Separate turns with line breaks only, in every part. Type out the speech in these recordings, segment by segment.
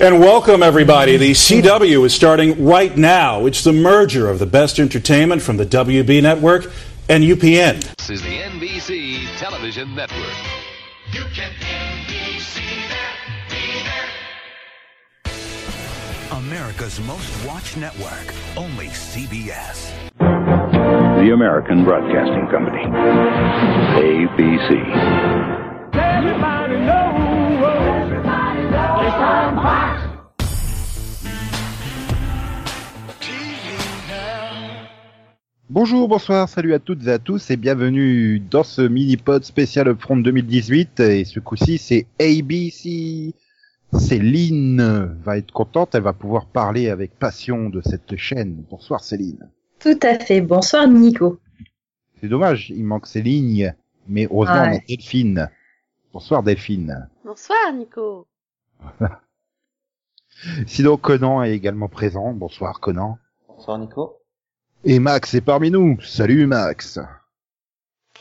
And welcome, everybody. The CW is starting right now. It's the merger of the best entertainment from the WB Network and UPN.
This is the NBC Television Network.
You can NBC that, be there.
America's most watched network, only CBS.
The American Broadcasting Company. ABC.
Bonjour, bonsoir, salut à toutes et à tous et bienvenue dans ce mini-pod spécial Upfront 2018 et ce coup-ci c'est ABC. Céline va être contente, elle va pouvoir parler avec passion de cette chaîne. Bonsoir Céline.
Tout à fait. Bonsoir Nico.
C'est dommage, il manque ces lignes, mais heureusement
Ouais.
on a Delphine. Bonsoir Delphine.
Bonsoir Nico.
Sinon Conan est également présent. Bonsoir Conan.
Bonsoir Nico.
Et Max est parmi nous. Salut Max.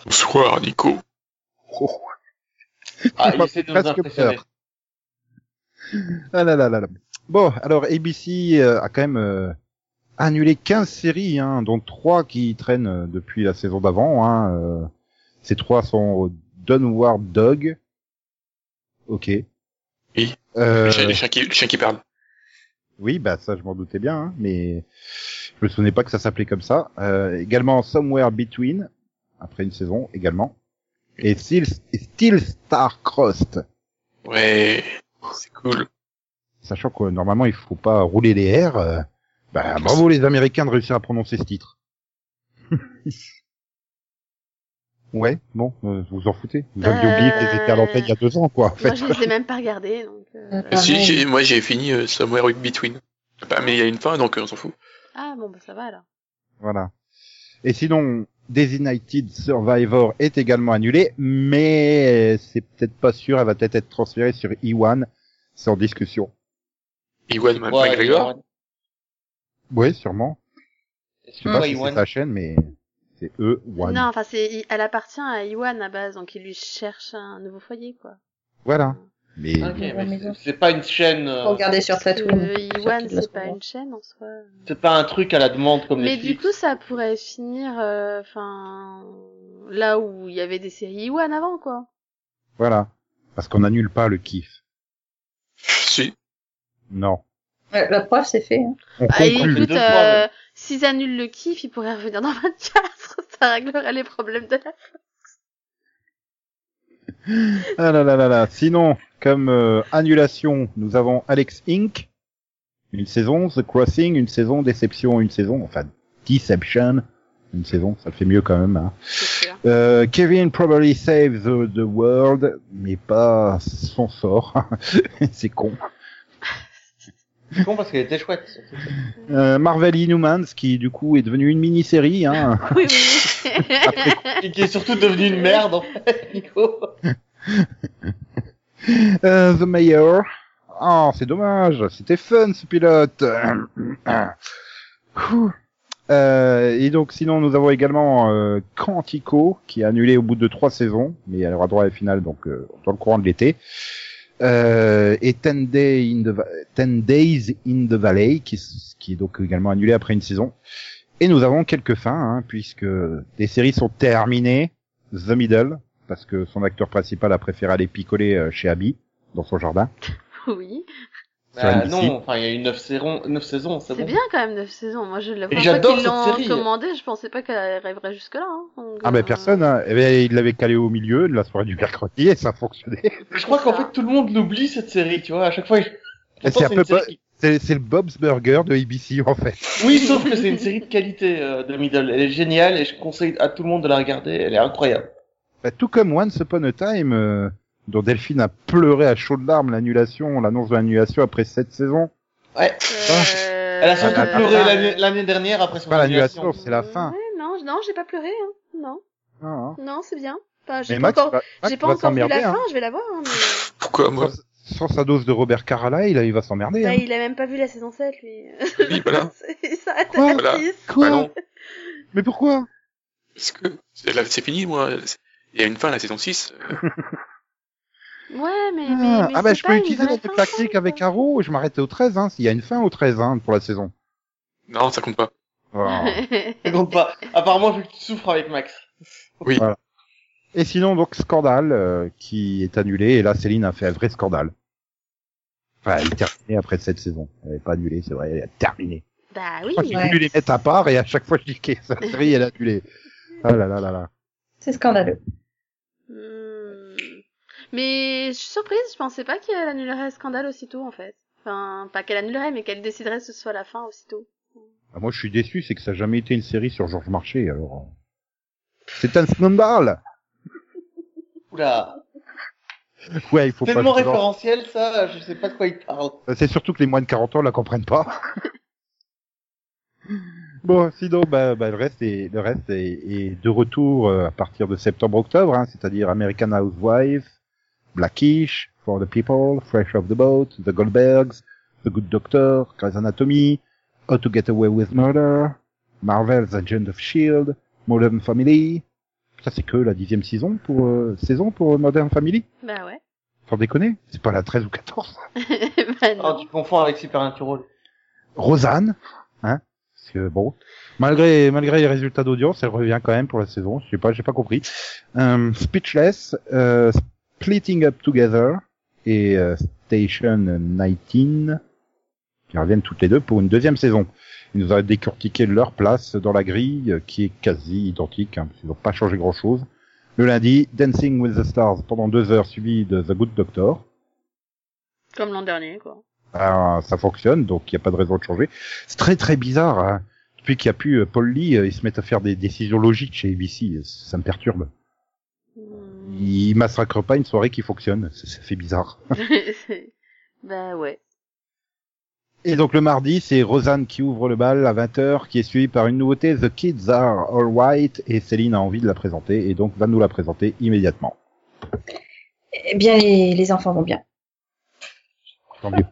Bonsoir Nico.
Oh.
Ah, il
m'a
essaie de nous
presque
impressionner.
peur. Ah là là là là. Bon, alors ABC euh, a quand même euh, annulé 15 séries, hein, dont 3 qui traînent euh, depuis la saison d'avant. Hein, euh. ces 3 sont Dunward Dog. Ok.
Oui.
Euh,
Le, chien, le chien qui, le chien qui parle.
oui, bah ça je m'en doutais bien, hein, mais je me souvenais pas que ça s'appelait comme ça. Euh, également Somewhere Between, après une saison également. Et Still, et Still Star Crossed.
Ouais, c'est cool.
sachant que euh, normalement il faut pas rouler les R. euh, bah, bravo les Américains de réussir à prononcer ce titre. ouais, bon, euh, vous en foutez. Vous aviez oublié que c'était à l'antenne il y a deux ans, quoi. En fait,
Moi je les ai même pas regardés donc. euh,
Ah
Si,
ouais.
j'ai- moi j'ai fini euh, Somewhere in Between. Bah, mais il y a une fin donc euh, on s'en fout.
Ah bon bah ça va alors.
voilà. Et sinon, Designated Survivor est également annulé, mais euh, c'est peut-être pas sûr. Elle va peut-être être transférée sur E1. C'est en discussion.
Iwan
Ouais,
McGregor.
Iwan-
Oui, sûrement.
Est-ce
Je
que
sais pas
toi,
si c'est
Iwan,
sa chaîne, mais c'est E E1.
Non enfin c'est elle appartient à Iwan à base donc il lui cherche un nouveau foyer quoi. Euh.
Voilà. Mais
Ok, mais
la maison.
c'est- c'est pas une chaîne, euh,
Pour regarder sur
Parce
Tatooine.
que euh,
Sur
Iwan
toute la
c'est pas
seconde.
une chaîne en soi.
c'est pas un truc à la demande comme
Mais
les
du coup ça pourrait finir enfin là où il y avait des séries Iwan avant quoi.
voilà. Parce qu'on n'annule pas le kiff.
Si.
Non.
Ouais, La preuve, c'est fait. hein.
On
Ah, et
conclut.
écoute
Deux fois, même.
euh, s'ils annulent le kiff ils pourraient revenir dans 24 ça réglerait les problèmes de la.
Ah là là là là. Sinon, comme euh, annulation, nous avons Alex Inc. Une saison, The Crossing, une saison, Déception, une saison, enfin Deception, une saison, ça le fait mieux quand même. hein.
C'est sûr.
Euh, Kevin probably saves the, the world, mais pas son sort. C'est con.
C'est con parce qu'elle était chouette. surtout.
Euh, Marvel Inhumans, qui du coup est devenu une mini-série. Hein.
Oui oui.
Et qui est surtout devenue une merde, en fait, Nico.
Euh, the Mayor. Oh, c'est dommage. C'était fun ce pilote. Ouh. Euh, et donc sinon nous avons également euh, Quantico qui est annulé au bout de trois saisons, mais elle aura droit à la finale donc euh, dans le courant de l'été. Euh, et Ten, Day in the Va- Ten Days in the Valley qui, s- qui est donc également annulé après une saison. Et nous avons quelques fins hein, puisque des séries sont terminées. The Middle parce que son acteur principal a préféré aller picoler euh, chez Abby dans son jardin.
oui.
Sur
Ah,
NBC.
non, enfin, il y a eu neuf saisons, neuf saisons, c'est
C'est
bon.
bien quand même 9 saisons. Moi, je la
Mais
première
j'adore
fois qu'ils
cette série.
l'ont commandée, je pensais pas qu'elle arriverait jusque-là. hein. Donc,
Ah mais
euh,
personne, hein. Eh ben, il l'avait calé au milieu de la soirée du mercredi et ça fonctionnait.
Je crois qu'en fait, tout le monde l'oublie, cette série, tu vois, à chaque fois. il-
Et
Pourtant,
c'est un peu
une série
pas- C'est c'est le Bob's Burger de ABC en fait.
qui- Oui, sauf que c'est une série de qualité, euh, de Middle. Elle est géniale et je conseille à tout le monde de la regarder. Elle est incroyable.
Bah, tout comme Once Upon a Time, euh, dont Delphine a pleuré à chaudes larmes l'annulation, l'annonce de l'annulation après sept saisons.
Ouais.
euh,
Elle a surtout
euh,
pleuré
euh,
l'année- l'année dernière après son
Pas l'annulation,
annulation.
c'est la fin.
Ouais, non, je- non, j'ai pas pleuré. hein. Non,
Ah, hein.
non, c'est bien. Enfin, j'ai
Mais
pas
Max,
encore,
va- Max
j'ai pas
va
encore vu la
s'emmerder,
fin.
hein.
Je vais la voir. hein, mais...
Pourquoi moi
Sans, sans sa dose de Robert Carrala, il, il va s'emmerder.
Bah,
hein.
il a même pas vu la saison 7 lui.
Oui, voilà.
C'est- il s'arrête
Quoi
à la
Voilà.
10.
Bah non,
Mais pourquoi
parce que c'est là, c'est fini moi. C'est- Il y a une fin à la saison 6.
Ouais, mais. mais,
Ah,
mais
ah bah
c'est
je
pas
peux
une
utiliser
vraie
mon truc
fin,
tactique
quoi.
avec Arrow, je m'arrête au 13, hein, s'il y a une fin au 13 hein, pour la saison.
Non, ça compte pas.
Voilà.
Ça compte pas. Apparemment, vu que tu souffres avec Max.
Et sinon, donc, Scandale, euh, qui est annulé, et là, Céline a fait un vrai scandale. Enfin, elle est terminée après cette saison. Elle n'est pas annulée, c'est vrai, elle a terminé.
bah oui.
Moi, j'ai
Ouais.
voulu les mettre à part, et à chaque fois, je dis que sa série, elle a annulé. Ah là là là là.
C'est scandaleux.
Hmm. Mais je suis surprise, je pensais pas qu'elle annulerait Scandale aussitôt en fait. Enfin, pas qu'elle annulerait, mais qu'elle déciderait que ce soit la fin aussitôt.
Ah, moi, je suis déçu, c'est que ça n'a jamais été une série sur Georges Marché, alors. euh. C'est un scandale!
Oula.
Ouais, il faut
Tellement
pas.
référentiel, ça, je sais pas de quoi il parle.
Euh, C'est surtout que les moins de 40 ans la comprennent pas. bon, sinon, bah, bah, le reste est, le reste est, est de retour euh, à partir de septembre-octobre, hein, c'est-à-dire American Housewife, Blackish, For the People, Fresh Off the Boat, The Goldbergs, The Good Doctor, Grey's Anatomy, How to Get Away with Murder, Marvel's Agent of Shield, E Modern Family. Ça, c'est que la dixième saison pour, euh, saison pour Modern Family.
Bah ouais.
Sans déconner, c'est pas la 13 ou 14.
bah
Ah,
non.
tu confonds avec Supernatural.
Rosanne, hein, parce que bon, malgré malgré les résultats d'audience, elle revient quand même pour la saison. Je sais pas, j'ai pas compris. Euh, Speechless, euh, Splitting Up Together et euh, Station 19 qui reviennent toutes les deux pour une deuxième saison. Ils nous ont décortiqué leur place dans la grille euh, qui est quasi identique. Hein, parce qu'ils n'ont pas changé grand chose. Le lundi, Dancing with the Stars pendant deux heures suivi de The Good Doctor.
Comme l'an dernier, quoi.
Ah, ça fonctionne, donc il n'y a pas de raison de changer. C'est très très bizarre. hein. Depuis qu'il n'y a plus euh, Paul Lee, euh, ils se mettent à faire des décisions logiques chez ABC. euh, Ça me perturbe.
Hmm.
Ils massacrent pas une soirée qui fonctionne. Ça, ça fait bizarre.
C'est- bah ouais.
Et donc le mardi, c'est Rosanne qui ouvre le bal à 20h, qui est suivie par une nouveauté, The Kids Are All White, et Céline a envie de la présenter, et donc va nous la présenter immédiatement.
Eh bien, les, les enfants vont bien. Ah,
Tant mieux.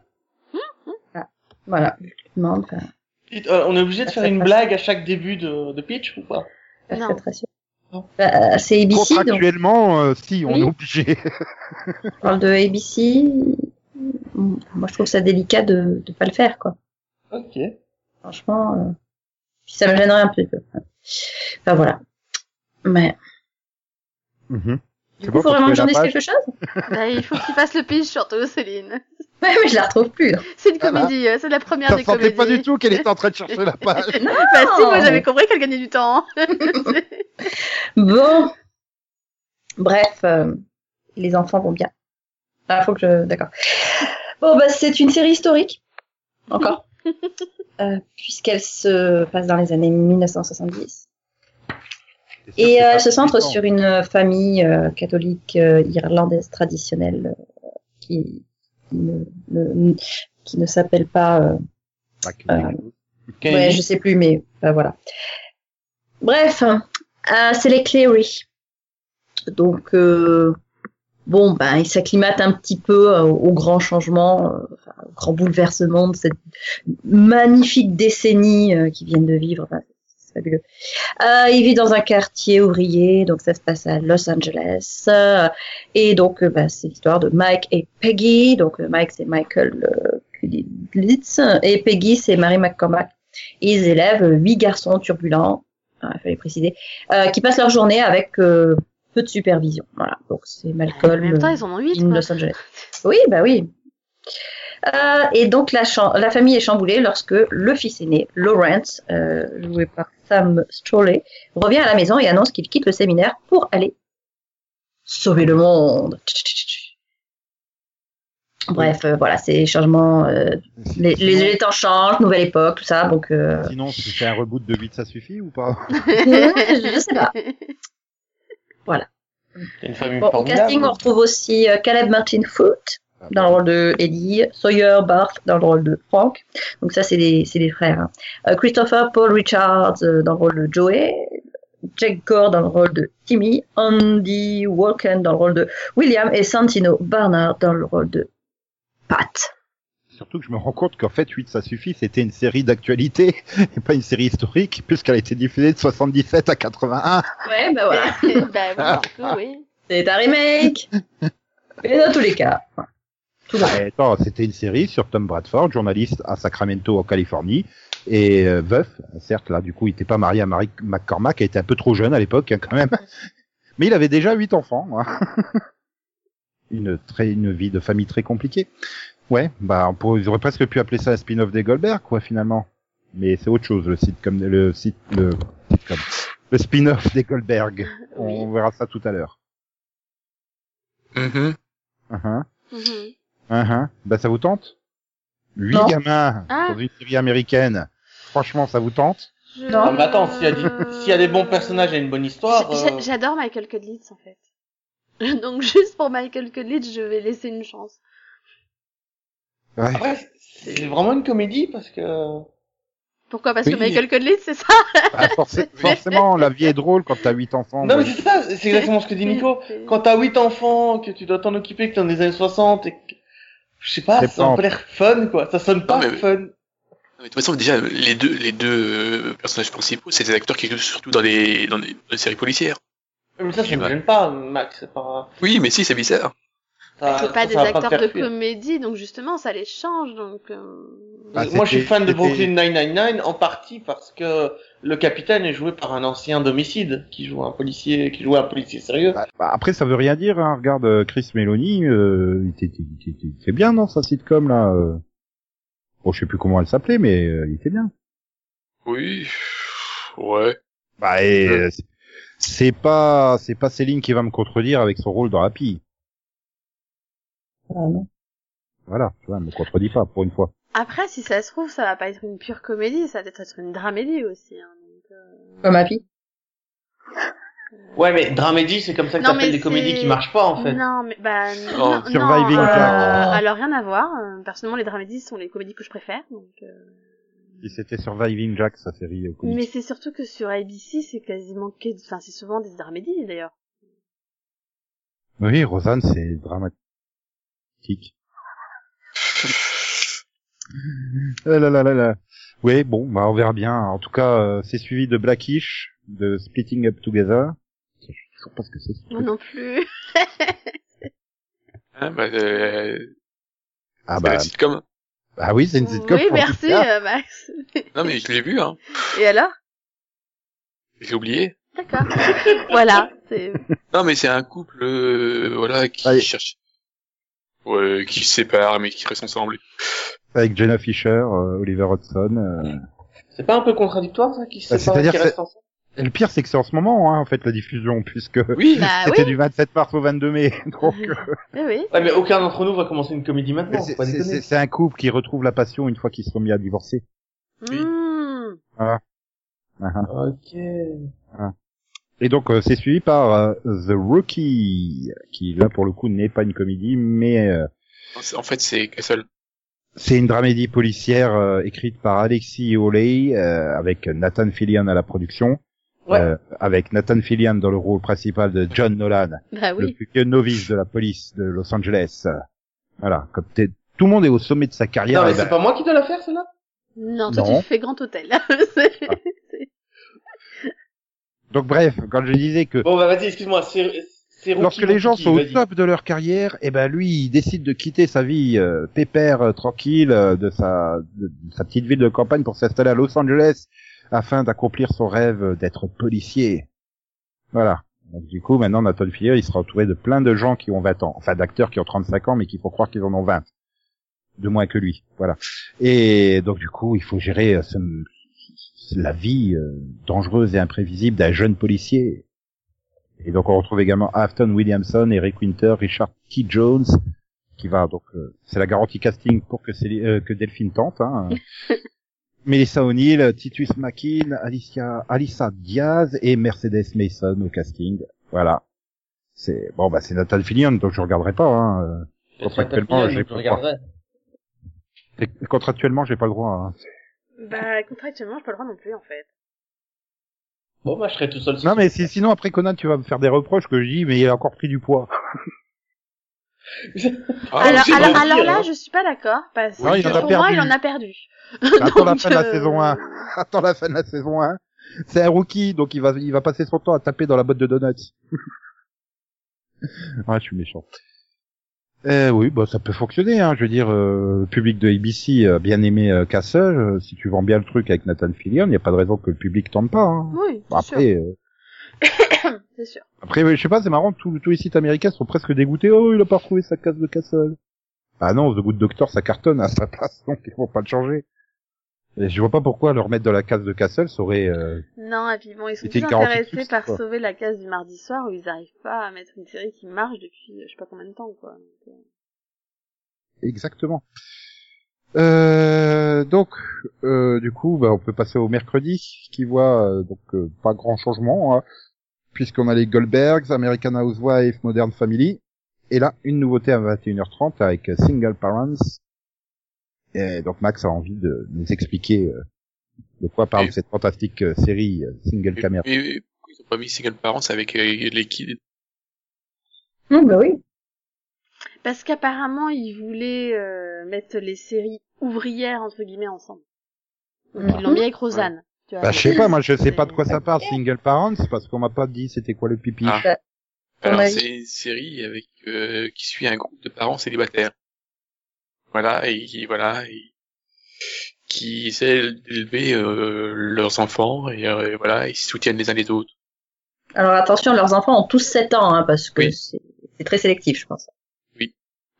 Voilà. Je te demande, enfin,
Dites, euh, on est obligé de faire une blague à chaque début de, de pitch ou pas
je
Non.
serais très sûre.
Non.
Bah, c'est ABC, donc
Contractuellement, euh, si, on
Oui.
est obligé.
on parle de ABC. Mm, Moi, je trouve ça délicat de ne pas le faire, quoi.
Ok.
Franchement, euh, puis ça me gênerait un petit peu. Enfin, voilà. Mais,
Mhm.
du
C'est
coup,
bon,
faut
faut
vraiment que
trouver
j'en
la
dise
page.
quelque chose
Bah, il faut que tu fasses le pitch surtout, Céline.
Ouais, mais je la retrouve plus, hein. là.
C'est une
Ah bah.
comédie, euh, c'est la première
Ça
des
sentait
comédies.
pas du Ah. tout qu'elle était en train de chercher la page.
Bah si,
Oh.
moi j'avais compris qu'elle gagnait du temps.
Bon. Bref, euh, les enfants vont bien. Ah, faut que je... D'accord. Bon, bah, c'est une série historique. Encore. Euh, puisqu'elle se passe dans les années 1970. Et euh, elle se centre sur une famille euh, catholique euh, irlandaise traditionnelle euh, qui, qui ne, ne- qui ne s'appelle pas... euh, euh, Ouais, je sais plus, mais bah, voilà. Bref, euh, c'est les Cleary. Donc, euh, bon, ben, ils s'acclimatent un petit peu euh, au grand changement, euh, enfin, au grand bouleversement de cette magnifique décennie euh, qu'ils viennent de vivre. Enfin, c'est fabuleux. Euh, ils vivent dans un quartier ouvrier, donc ça se passe à Los Angeles. Euh, et donc, euh, bah, c'est l'histoire de Mike et Peggy. Donc, euh, Mike, c'est Michael euh, Kulitz, et Peggy, c'est Mary McCormack. Et ils élèvent euh, huit garçons turbulents, hein, il fallait préciser, euh, qui passent leur journée avec euh, peu de supervision. Voilà, donc c'est
En
Malcolm.
même temps,
euh,
ils en ont 8,
in
quoi.
Los Angeles. Oui, bah oui. Euh, et donc la, chan- la famille est chamboulée lorsque le fils aîné, Lawrence, euh, joué par Sam Strolley, revient à la maison et annonce qu'il quitte le séminaire pour aller sauver le monde. Bref, euh, voilà, c'est les changements, euh, les, les, les temps changent, nouvelle époque, tout ça, donc euh,
Sinon, si tu fais un reboot de 8, ça suffit ou pas
Mhm. je sais pas.
T'as une famille
Bon, au
formidable.
casting, on retrouve aussi euh, Caleb Martin Foote dans le rôle de Eddie, Sawyer Barth dans le rôle de Frank. Donc ça, c'est des, c'est des frères. hein. Euh, Christopher Paul Richards euh, dans le rôle de Joey, Jack Gore dans le rôle de Timmy, Andy Walken dans le rôle de William et Santino Barnard dans le rôle de Pat.
Surtout que je me rends compte qu'en fait, 8, ça suffit, c'était une série d'actualité et pas une série historique, puisqu'elle a été diffusée de 77 à 81.
Ouais, ben voilà.
bah oui, du coup, oui.
C'est un remake Et dans tous les cas, voilà. toujours.
Mais attends, Eh, c'était une série sur Tom Bradford, journaliste à Sacramento en Californie et euh, veuf. Certes, là, du coup, il n'était pas marié à Marie McCormack, elle était un peu trop jeune à l'époque hein, quand même. Mais il avait déjà huit enfants. hein. une très, une vie de famille très compliquée. Ouais, bah, on pourrait, ils auraient presque pu appeler ça un spin-off des Goldberg, quoi, finalement. Mais c'est autre chose, le site comme le site le, sitcom. le spin-off des Goldberg. On verra ça tout à l'heure.
Mhm.
Uh-huh.
Mhm.
Uh-huh. Bah ça vous tente Huit
Non.
gamins
Ah.
dans une série américaine. Franchement, ça vous tente
Je-
Non.
Ah, mais attends, s'il y, a du- s'il y a des bons personnages et une bonne histoire.
J- j'a-
euh,
J'adore Michael Cudlitz en fait. Donc juste pour Michael Cudlitz, je vais laisser une chance.
Ouais.
Ah.
Ouais, c'est c'est vraiment une comédie parce que.
Pourquoi Parce que
Oui.
Michael Cudlitz, c'est ça
Bah, forc- forcément, la vie est drôle quand t'as huit enfants.
Non, mais
Ouais.
c'est ça, c'est exactement ce que dit Nico. Quand t'as huit enfants, que tu dois t'en occuper, que t'es dans les années 60 et que. Je sais pas,
C'est
ça a
pas-
pas l'air fun quoi. Ça sonne pas
Non, mais-
fun.
Non, mais De toute façon, déjà, les deux, les deux euh, personnages principaux, c'est des acteurs qui jouent surtout dans des, dans des, dans des séries policières.
Mais ça, ça
Ouais.
me gêne pas, Max. C'est pas.
Oui, mais si, c'est bizarre.
ça-
c'est pas
ça,
des
ça va me
acteurs
faire
de
fuir.
comédie, donc justement ça les change. Donc euh,
Ah,
Moi, je suis
c'était-
fan de
c'était-
Brooklyn 999 en partie parce que le capitaine est joué par un ancien d'homicide qui joue un policier, qui joue un policier sérieux.
Bah, bah, après, ça veut rien dire. Hein. Regarde, euh, Chris Meloni, euh, il était- il était- il était bien dans sa sitcom là. euh. Bon, je sais plus comment elle s'appelait, mais euh, il était bien.
Oui. Ouais.
Bah, et, euh, c'est- c'est pas, c'est pas Céline qui va me contredire avec son rôle dans Happy.
Ah, non.
Voilà, tu vois, elle me contredit pas pour une fois.
après, si ça se trouve, ça va pas être une pure comédie, ça va peut-être être une dramédie aussi. hein, donc, euh,
Comme Happy.
Ouais, mais Dramedy, c'est comme ça que
Non, mais
t'appelles des comédies
c'est-
qui marchent pas en fait. Ah.
Non, mais bah n-
Oh,
non,
Surviving
non, euh,
Clark.
alors rien à voir. euh, Personnellement, les dramédies sont les comédies que je préfère. Donc, euh,
Si c'était Surviving Jack, sa série euh, comique.
Mais c'est surtout que sur ABC, c'est quasiment que, enfin, c'est souvent des dramédies d'ailleurs.
Oui, Rosanne, c'est dramatique. Ah là là là là. Oui, bon, bah on verra bien. En tout cas, euh, c'est suivi de Blackish, de Splitting Up Together. Je sais toujours pas ce que c'est. ce
Moi
truc.
non plus.
Ah, bah, euh,
Ah
c'est
bah,
la sitcom.
ah oui, c'est une sitcom.
oui,
pour
merci
Picard.
euh, Max.
Non, mais je l'ai vu, hein.
Et alors
J'ai oublié.
D'accord. voilà. C'est...
Non, mais c'est un couple, euh, voilà, qui
Allez.
cherche. Ouais, qui se séparent, mais qui restent ensemble.
Avec Jenna Fisher, euh, Oliver Hudson. euh.
C'est pas un peu contradictoire ça qui se
Bah,
sépare,
c'est-à-dire
qui
que
reste ensemble
Et le pire, c'est que c'est en ce moment, hein, en fait, la diffusion, puisque
Oui.
Bah
c'était
oui.
du 27 mars au 22 mai. Donc, euh,
Oui, oui.
Ouais, mais aucun d'entre nous va commencer une comédie
mais
maintenant.
c'est-
faut pas
c'est-
déconner.
c'est c'est un couple qui retrouve la passion une fois qu'ils se sont mis à divorcer.
Oui.
Mmh.
Ah, ah.
Ok.
Et donc euh, c'est suivi par euh, The Rookie, qui là pour le coup n'est pas une comédie, mais euh,
En fait, c'est Castle.
c'est une dramédie policière euh, écrite par Alexis Oley euh, avec Nathan Fillion à la production,
Ouais.
euh, avec Nathan Fillion dans le rôle principal de John Nolan,
Bah
le
oui.
plus vieux novice de la police de Los Angeles. Euh, Voilà, comme t'es- tout le monde est au sommet de sa carrière.
Non, mais
eh ben,
c'est pas moi qui dois la faire celle-là
Non, toi
Non.
tu fais grand hôtel. C'est-
Donc bref, quand je disais que
Bon, bah vas-y, excuse-moi. c'est- c'est Rookie,
Lorsque les gens
Rookie,
sont au
vas-y.
top de leur carrière, eh ben lui, il décide de quitter sa vie euh, pépère, euh, tranquille, euh, de sa de- de sa petite ville de campagne pour s'installer à Los Angeles afin d'accomplir son rêve euh, d'être policier. Voilà. Donc du coup, maintenant Nathan Fillion, il sera entouré de plein de gens qui ont 20 ans, enfin d'acteurs qui ont 35 ans, mais qui faut croire qu'ils en ont 20, de moins que lui. Voilà. Et donc du coup, il faut gérer euh, ce- la vie euh, dangereuse et imprévisible d'un jeune policier. Et donc on retrouve également Afton Williamson, Eric Winter, Richard T. Jones, qui va donc euh, c'est la garantie casting pour que, Céli- euh, que Delphine tente. Hein. Melissa O'Neill, Titus Mackin, Alicia, Alissa Diaz et Mercedes Mason au casting. Voilà. C'est bon bah c'est Nathan Fillion donc je regarderai pas. Hein. euh,
Bah,
Contractuellement, j'ai
Je
pas-
regarderai.
et Contractuellement j'ai pas le droit. hein.
bah contractuellement, j'ai pas le droit non plus en fait.
Bon, bah je serai tout seul.
Non mais si- sinon après Conan tu vas me faire des reproches que je dis mais il a encore pris du poids.
Ah,
alors,
c'est
alors,
bon.
alors là,
hein.
je suis pas d'accord parce
Non,
que
il en a
pour moi,
perdu.
il en a perdu.
Attends la
Donc,
fin de la
euh,
saison 1. Attends la fin de la saison 1. C'est un rookie, donc il va, il va passer son temps à taper dans la boîte de donuts. ah, je suis méchant. Euh, oui, bah ça peut fonctionner. Hein. Je veux dire, euh, le public de ABC euh, bien aimé euh, Castle, euh, si tu vends bien le truc avec Nathan Fillion, il n'y a pas de raison que le public tente pas. Hein.
Oui,
Bon,
c'est sûr.
après, euh,
C'est sûr.
après, ouais, je sais pas, c'est marrant. Tous tous les sites américains sont presque dégoûtés. Oh, il a pas retrouvé sa case de Castle. Ah non, The Good Doctor, ça cartonne à sa place, donc ils vont pas le changer. Et je vois pas pourquoi le remettre dans la case de Castle serait. Euh...
Non, et puis bon, ils sont plus
C'était une quarantaine
intéressés
plus,
par
quoi.
sauver la case du mardi soir où ils arrivent pas à mettre une série qui marche depuis euh, je sais pas combien de temps, quoi. Donc, euh,
Exactement. Euh, donc, euh, du coup, bah, on peut passer au mercredi, qui voit euh, donc euh, pas grand changement, hein, puisqu'on a les Goldbergs, American Housewife, Modern Family, et là, une nouveauté à 21h30 avec euh, Single Parents. Et donc Max a envie de nous expliquer euh, de quoi parle
Et-
cette fantastique euh, série euh, Single Camera.
Mais mais pourquoi ils ont pas mis Single Parents avec euh, les kids
Hum, bah oui.
Parce qu'apparemment, ils voulaient euh, mettre les séries ouvrières, entre guillemets, ensemble. Donc,
Mmh.
ils l'ont mis avec Rosanne. Tu vois,
Bah, je sais pas, moi je sais pas de
C'est-
quoi ça parle, Single Parents, parce qu'on m'a pas dit c'était quoi le pipi.
Ah.
Ton
Alors,
avis
c'est une série avec euh, qui suit un groupe de parents célibataires. Voilà, et qui voilà, et qui essaient d'élever euh, leurs enfants et euh, voilà, ils se soutiennent les uns les autres.
Alors attention, leurs enfants ont tous 7 ans, hein, parce que
Oui.
c'est c'est très sélectif, je pense.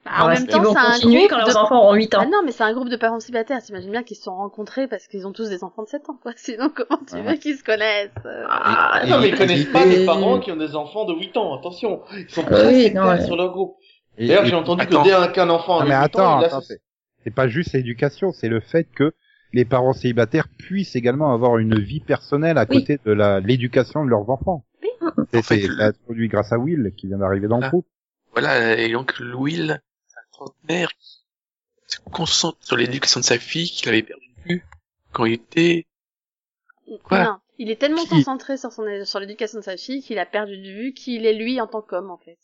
Bah, en
Ouais,
même
c'est-
temps,
ils vont
c'est un
continuer
groupe
quand
de...
leurs enfants auront 8 ans.
Ah non, mais c'est un groupe de parents célibataires. T'imagines bien qu'ils se sont rencontrés parce qu'ils ont tous des enfants de 7 ans, quoi. Sinon, comment tu
Voilà.
veux qu'ils se connaissent euh,
Ah, non, mais ils connaissent pas
Et-
des parents qui ont des enfants de 8 ans, attention. Ils sont
Ah
très
oui,
sectaires
non, ouais.
sur leur groupe.
Et-
D'ailleurs,
et-
j'ai entendu
attends.
que dès un- qu'un
Non,
enfant a
Ah, mais
8 ans,
attends,
il
attends,
l'associe.
c'est c'est pas juste l'éducation, c'est le fait que les parents célibataires puissent également avoir une vie personnelle à
Oui.
côté de la l'éducation de leurs enfants.
Oui.
C'est
En fait,
c'est
le-
ça se produit grâce à Will qui vient d'arriver dans le
Ah.
groupe.
Voilà, et donc Will, c'est un trentenaire qui se concentre sur l'éducation de sa fille qu'il avait perdu de vue quand il était. Quoi
Non, il est tellement
Qui-
concentré sur son sur l'éducation de sa fille qu'il a perdu de vue qui il est lui en tant qu'homme, en fait.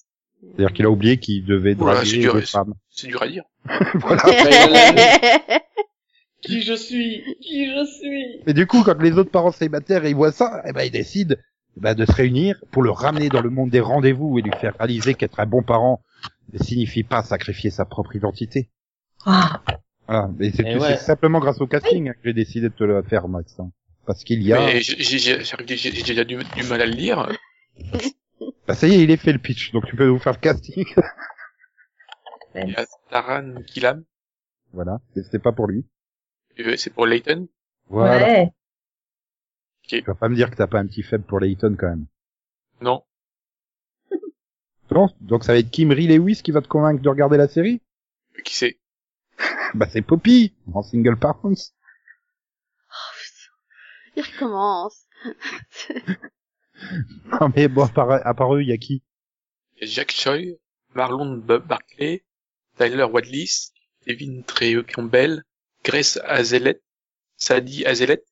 C'est-à-dire qu'il a oublié qu'il devait
Voilà,
draguer
c'est dur,
des
c'est-
femmes.
C'est dur à dire.
voilà.
euh, Qui je suis Qui je suis
Mais du coup, quand les autres parents célibataires ils voient ça, eh ben ils décident eh ben, de se réunir pour le ramener dans le monde des rendez-vous et lui faire réaliser qu'être un bon parent ne signifie pas sacrifier sa propre identité.
Ah,
Voilà, mais c'est
Eh
c'est
ouais.
simplement grâce au casting hein, que j'ai décidé de te le faire, Max. hein. Parce qu'il y a...
Mais j'ai- j'ai j'ai- j'ai j'ai- j'ai déjà du, du mal à le lire.
Bah ça y est, il est fait le pitch, donc tu peux nous faire le casting.
Il y a Taran Killam,
voilà, mais c'était pas pour lui.
euh, c'est pour Leighton.
Voilà.
ouais.
Tu vas pas me dire que t'as pas un petit faible pour Layton quand même.
Non,
Non Donc ça va être Kim Lee Lewis qui va te convaincre de regarder la série
qui c'est
Bah c'est Poppy, en single parents.
il recommence.
Non mais bon, à part, à part eux, il y a qui
Il y a Jack Choi, Marlon Ba- Barclay, Tyler Wadlis, Devin Trey Campbell, Grace Azelet, Sadie Azelet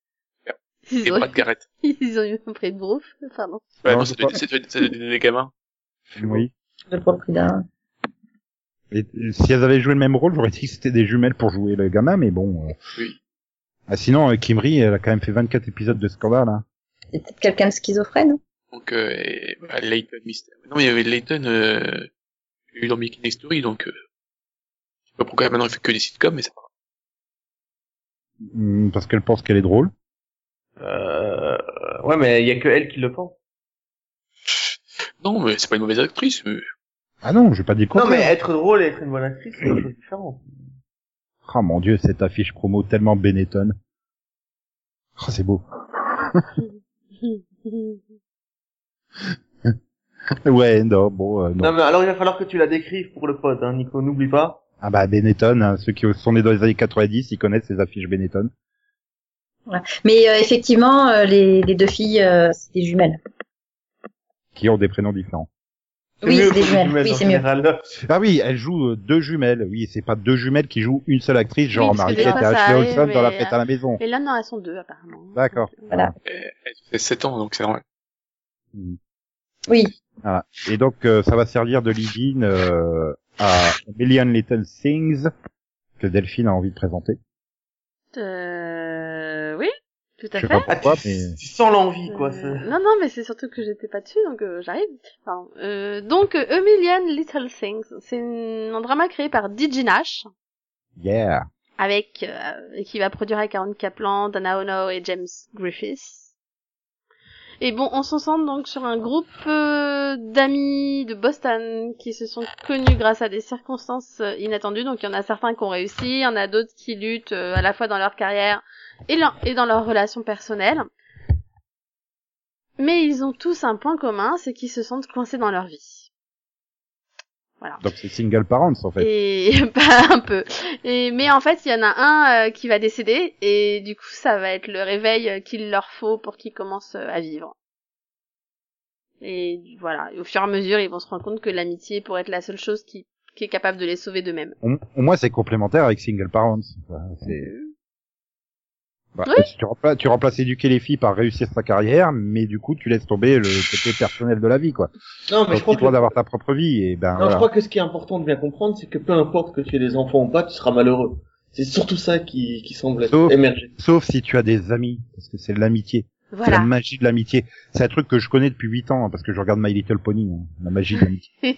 et
Ils ont,
Brad Garrett.
ils ont eu un prix de groupe. Pardon.
Ouais,
Non,
non,
je
ça
sais
doit ça doit- ça doit donner des gamins.
Oui.
Je le prix d'un.
Et, euh, si elles avaient joué le même rôle, j'aurais dit que c'était des jumelles pour jouer le gamin, mais bon... euh.
Oui.
Ah, sinon, euh, Kim Lee, elle a quand même fait 24 épisodes de scandale. Hein.
C'est peut-être quelqu'un de schizophrène. hein.
Donc, euh, et, bah, Leighton Mister. Non, mais il y avait Leighton, euh, eu dans Mickey Next Story, donc, euh, je sais pas pourquoi maintenant il fait que des sitcoms, mais ça va.
Hmm, Parce qu'elle pense qu'elle est drôle.
Euh, ouais, mais il y a que elle qui le pense.
Non, mais c'est pas une mauvaise actrice, mais
Ah non, je vais pas dire le
Non, mais
contraire.
être drôle et être une bonne actrice, c'est une chose différente.
Ah mon dieu, cette affiche promo tellement Benetton. Ah c'est beau. Ouais, non, bon, euh, non.
Non, mais alors il va falloir que tu la décrives pour le pod, hein, Nico, n'oublie pas.
Ah bah Benetton, hein, ceux qui sont nés dans les années 90, ils connaissent ces affiches Benetton.
Mais euh, effectivement, euh, les, les deux filles, euh, c'est des jumelles.
Qui ont des prénoms différents.
C'est
Oui,
mieux
c'est des
pour les
jumelles. Oui,
en
c'est mieux.
général.
Ah oui, elles jouent euh, deux jumelles. Oui, c'est pas deux jumelles qui jouent une seule actrice, genre
Oui, parce que
Marie-Kate
des
et
fois, ça
Ashley
arrive,
Olsen dans la
mais,
fête à la maison.
Et là, non, elles sont deux, apparemment.
D'accord.
Voilà.
c'est 7 ans, donc c'est normal.
Oui.
Et donc euh, ça va servir de lead-in euh, à Million Little Things que Delphine a envie de présenter.
Euh, oui. Tout à
Je sais
fait.
pas pourquoi,
Ah, tu,
mais
tu sens l'envie, quoi.
Euh,
c'est-
non, non, mais c'est surtout que j'étais pas dessus, donc euh, j'arrive. Enfin, euh, donc, euh, A Million Little Things, c'est une- un drama créé par DJ Nash,
yeah.
avec euh, et qui va produire avec Aaron Kaplan, Dana Ono et James Griffiths. Et bon, on s'en sent donc sur un groupe euh, d'amis de Boston qui se sont connus grâce à des circonstances euh, inattendues. Donc il y en a certains qui ont réussi, il y en a d'autres qui luttent euh, à la fois dans leur carrière et, leur- et dans leurs relations personnelles. Mais ils ont tous un point commun, c'est qu'ils se sentent coincés dans leur vie.
Donc c'est single parents en fait.
Et pas un peu. Et mais en fait, il y en a un euh, qui va décéder et du coup, ça va être le réveil euh, qu'il leur faut pour qu'ils commencent euh, à vivre. Et voilà, au fur et à mesure, ils vont se rendre compte que l'amitié pourrait être la seule chose qui, qui est capable de les sauver d'eux-mêmes.
Au, au moins c'est complémentaire avec single parents. quoi. C'est- Bah,
Oui.
tu, remplaces, tu remplaces éduquer les filles par réussir sa carrière, mais du coup tu laisses tomber le côté personnel de la vie quoi.
Non, mais
Donc
je crois
tu
que
dois d'avoir ta propre vie et ben
Non, je
voilà.
crois que ce qui est important de bien comprendre, c'est que peu importe que tu aies des enfants ou pas, tu seras malheureux. C'est surtout ça qui, qui semble être
Sauf-
émergé.
Sauf si tu as des amis parce que c'est de l'amitié, c'est la
Voilà.
magie de l'amitié. C'est un truc que je connais depuis 8 ans hein, parce que je regarde My Little Pony, hein, la magie de l'amitié.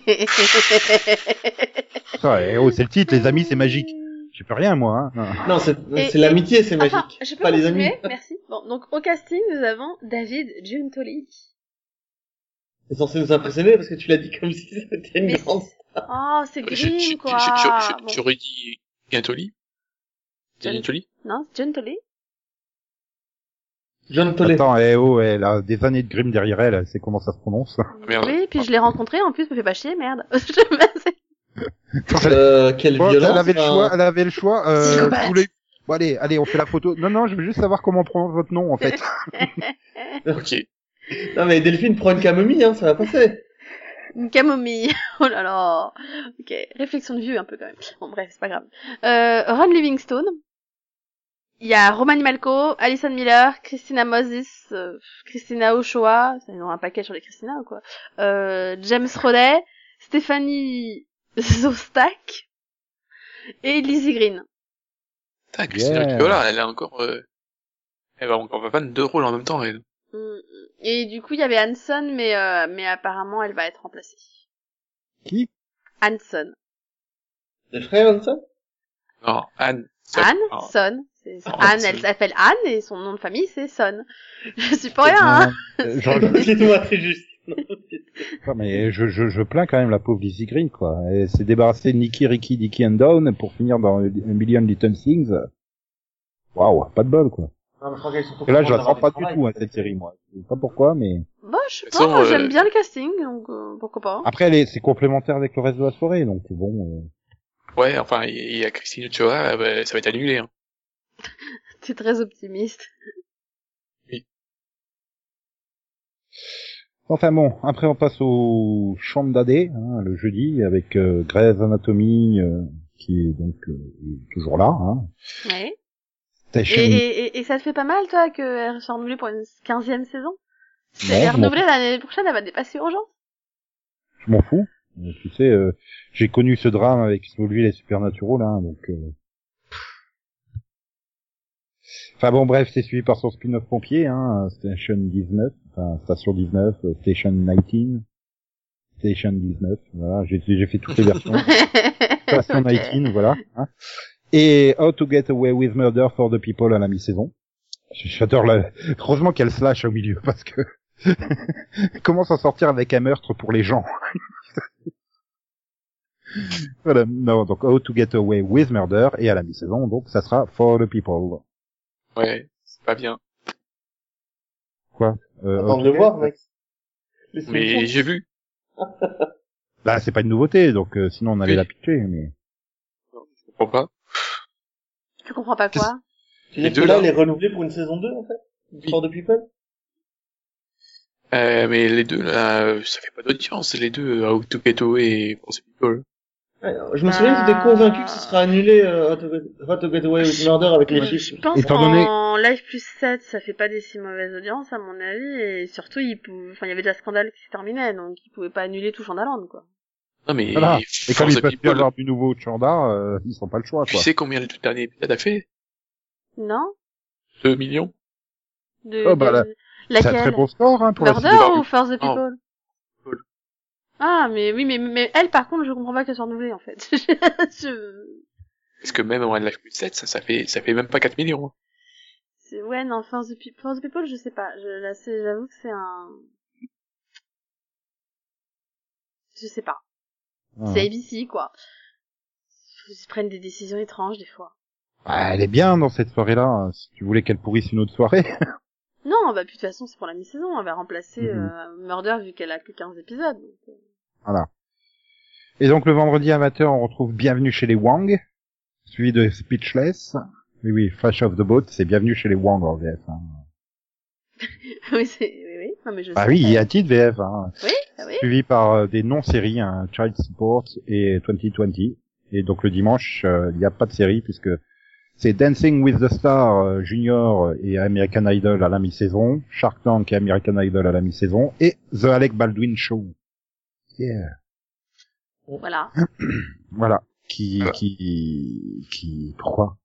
Ça, eh oh, c'est le titre, les amis c'est magique. Je peux rien moi. Hein.
Non, c'est
Et-
c'est l'amitié, c'est
Enfin,
magique.
je peux
pas les
continuer,
amis.
merci. Bon, donc au casting, nous avons David Giuntoli.
C'est censé nous impressionner parce que tu l'as dit comme si c'était une
Mais-
grande.
Oh, c'est
Je- je- je- je-
Grimm, quoi.
je- je-
Bon.
J'aurais dit Gintoli. C'est Gintoli
Non, c'est Giuntoli.
John Tolley.
Attends, eh oh, elle a des années de grime derrière elle, elle sait comment ça se prononce.
Merde.
Oui, puis je l'ai rencontré, en plus, je me fait pas chier, merde. Je-
Euh, quelle
Bon,
violence.
elle avait le
hein.
choix, elle avait le choix. Euh,
Psychopathe.
tous les- Bon, allez, allez, on fait la photo. Non, non, je veux juste savoir comment on prononce votre nom en fait.
Ok.
Non, mais Delphine, prends une camomille, hein, ça va passer.
Une camomille. Oh là là. Ok, réflexion de vieux un peu quand même. Bon bref, c'est pas grave. Euh, Ron Livingstone. Il y a Romani Malco, Alison Miller, Christina Moses, euh, Christina Ochoa, ça, ils ont un paquet sur les Christina ou quoi. Euh, James Roday, Stéphanie Zostak et Lizzie Green.
Putain, Christina
Yeah.
Chiola, elle a encore, euh, elle va encore faire deux rôles en même temps, elle.
Mm. Et du coup, il y avait Hanson, mais euh, mais apparemment, elle va être remplacée.
Qui
Hanson.
Le frère, ça
Non, Anne. Seul.
Anne,
Non.
Son. C'est-
Oh,
Anne,
c'est-
elle s'appelle Anne et son nom de famille c'est Son. Je suis pas rien, hein.
Euh, je,
Excuse-moi, c'est juste.
je- mais je, je, je plains quand même la pauvre Lizzie Green quoi. Elle s'est débarrassée de Nicky, Ricky, Dicky and Down pour finir dans A Million Little Things. Waouh, pas de bol quoi.
Non, mais je crois qu'elles sont
Et là, je la
contentes
sens pas
d'avoir
du
travail.
tout hein, cette série moi. Je sais pas pourquoi, mais
Bah, je sais
De
pas,
toute façon,
moi,
euh,
j'aime bien le casting, donc euh, pourquoi pas.
après, elle est- c'est complémentaire avec le reste de la soirée, donc bon. euh,
Ouais, enfin, il y, y a Christina Chiola, bah, ça va être annulé, hein.
T'es très optimiste.
Enfin bon, après on passe au chambre d'AD, hein, le jeudi, avec euh, Grey's Anatomy, euh, qui est donc euh, toujours là. Hein.
Ouais. Et,
Station-
et, et, et ça te fait pas mal, toi, qu'elle soit renouvelée pour une quinzième saison Si elle
Non,
est
je
renouvelée l'année prochaine, elle va dépasser Urgence.
je m'en fous. Euh, Tu sais, euh, j'ai connu ce drame avec Smallville et Supernatural, là, donc... euh. Enfin bon, bref, c'est suivi par son spin-off pompier, hein, Station 19, enfin Station 19, euh, Station 19, Station 19, voilà, j'ai j'ai fait toutes les versions. Station
Ok.
19, voilà. hein. Et How to Get Away with Murder for the People à la mi-saison. J'adore la... Heureusement qu'elle slash au milieu, parce que... Comment s'en sortir avec un meurtre pour les gens Voilà, non, donc How to Get Away with Murder, et à la mi-saison, donc ça sera For the People.
Ouais, c'est pas bien.
Euh,
Ah,
Attends
How to
de le
Get-
voir, mec. Laisse-le
Mais
le
j'ai vu.
Bah, c'est pas une nouveauté, donc euh, sinon on allait
Oui.
la pitcher, mais...
Je comprends pas.
Tu comprends pas quoi
Tu veux
Les
dire
deux,
que là,
là.
elle est renouvelée pour une saison 2, en fait Histoire de People
Euh, mais les deux, là, euh, ça fait pas d'audience, les deux, euh, How to Get Away et For the People.
Ouais, Je me souviens que t'étais convaincu que ce serait annulé euh, How to Get- How to Get Away with Murder avec les
Bah. Je
chiffres.
pense
Étant
qu'en Live plus 7, ça fait pas des si mauvaises audiences, à mon avis, et surtout, il, pou- enfin, il y avait déjà Scandale qui se terminait, donc ils pouvaient pas annuler tout Chandaland, quoi.
Non, mais
Voilà. Et
For
comme
the
ils peuvent plus
People,
avoir du nouveau Chandar, euh, ils sont pas le choix,
tu
quoi.
sais combien le tout dernier épisode a fait
Non
2 millions
De,
Oh, bah,
de-
là, C'est un
laquelle
très bon score hein, pour la
Murder
série.
série.
ou First the
Non.
People
People.
Ah, mais oui, mais, mais elle, par contre, je comprends pas qu'elle soit renouvelée, en fait. Je-
Parce que même en One Life Plus 7, ça, ça fait, ça fait même pas 4 millions. hein.
c'est- Ouais, non, First the, Pe- First the People, je sais pas. Je, là, c'est- j'avoue que c'est un... Je sais pas.
Ah.
C'est ABC, quoi. Ils prennent des décisions étranges, des fois.
Ah, elle est bien dans cette soirée-là. hein. Si tu voulais qu'elle pourrisse une autre soirée.
Non, bah, puis de toute façon, c'est pour la mi-saison. Elle va remplacer
Mhm.
euh, Murder, vu qu'elle a que 15 épisodes. donc, euh,
Et donc le vendredi amateur, on retrouve Bienvenue chez les Wang, suivi de Speechless. Oui, oui, Flash of the Boat, c'est Bienvenue chez les Wang en VF. Hein.
oui, c'est... Oui, oui. Non, mais je
Bah
sais
oui, il
qu'elle-
y a un titre VF, hein,
Oui, ah oui.
suivi par euh, des non-séries, hein, Child Support et 2020. Et donc le dimanche, euh, il n'y a pas de série puisque c'est Dancing with the Star euh, Junior et American Idol à la mi-saison, Shark Tank et American Idol à la mi-saison, et The Alec Baldwin Show. Yeah.
Voilà.
Voilà. Qui, qui, qui, pourquoi?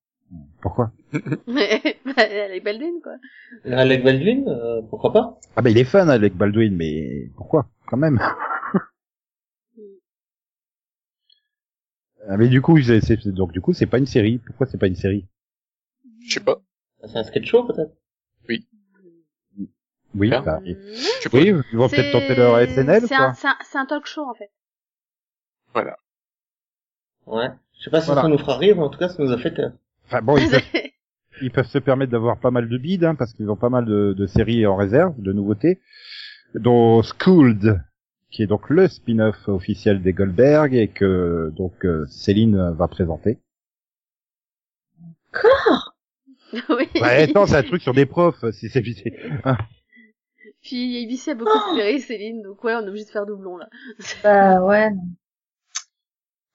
Pourquoi?
Mais, bah, elle est belle d'une, quoi.
Alec Baldwin, euh, pourquoi pas
Ah ben, il est fan avec Baldwin, mais pourquoi? Quand même. Ah, mais du coup, c'est, c'est- c'est- donc du coup, c'est pas une série. Pourquoi c'est pas une série?
Je sais pas.
C'est un sketch show peut-être
Oui,
Hein
bah, et-
Non,
Je sais pas.
oui, ils vont peut-être
Mm-hmm. c'est-
tenter leur SNL,
c'est
quoi.
un- C'est un, c'est un talk show, en fait.
Ouais. Je sais pas si
Voilà.
ça nous fera rire, mais en tout cas ça nous a fait peur.
Enfin bon, ils peuvent,
C'est-
ils peuvent se permettre d'avoir pas mal de bides, hein, parce qu'ils ont pas mal de, de séries en réserve, de nouveautés, dont Schooled, qui est donc le spin-off officiel des Goldberg et que donc euh, Céline va présenter.
oui.
Ouais, attends, c'est un truc sur des profs, si c'est vite.
Puis ABC a beaucoup inspiré Céline, donc ouais, on est obligé de faire doublon, là.
Bah ouais. non.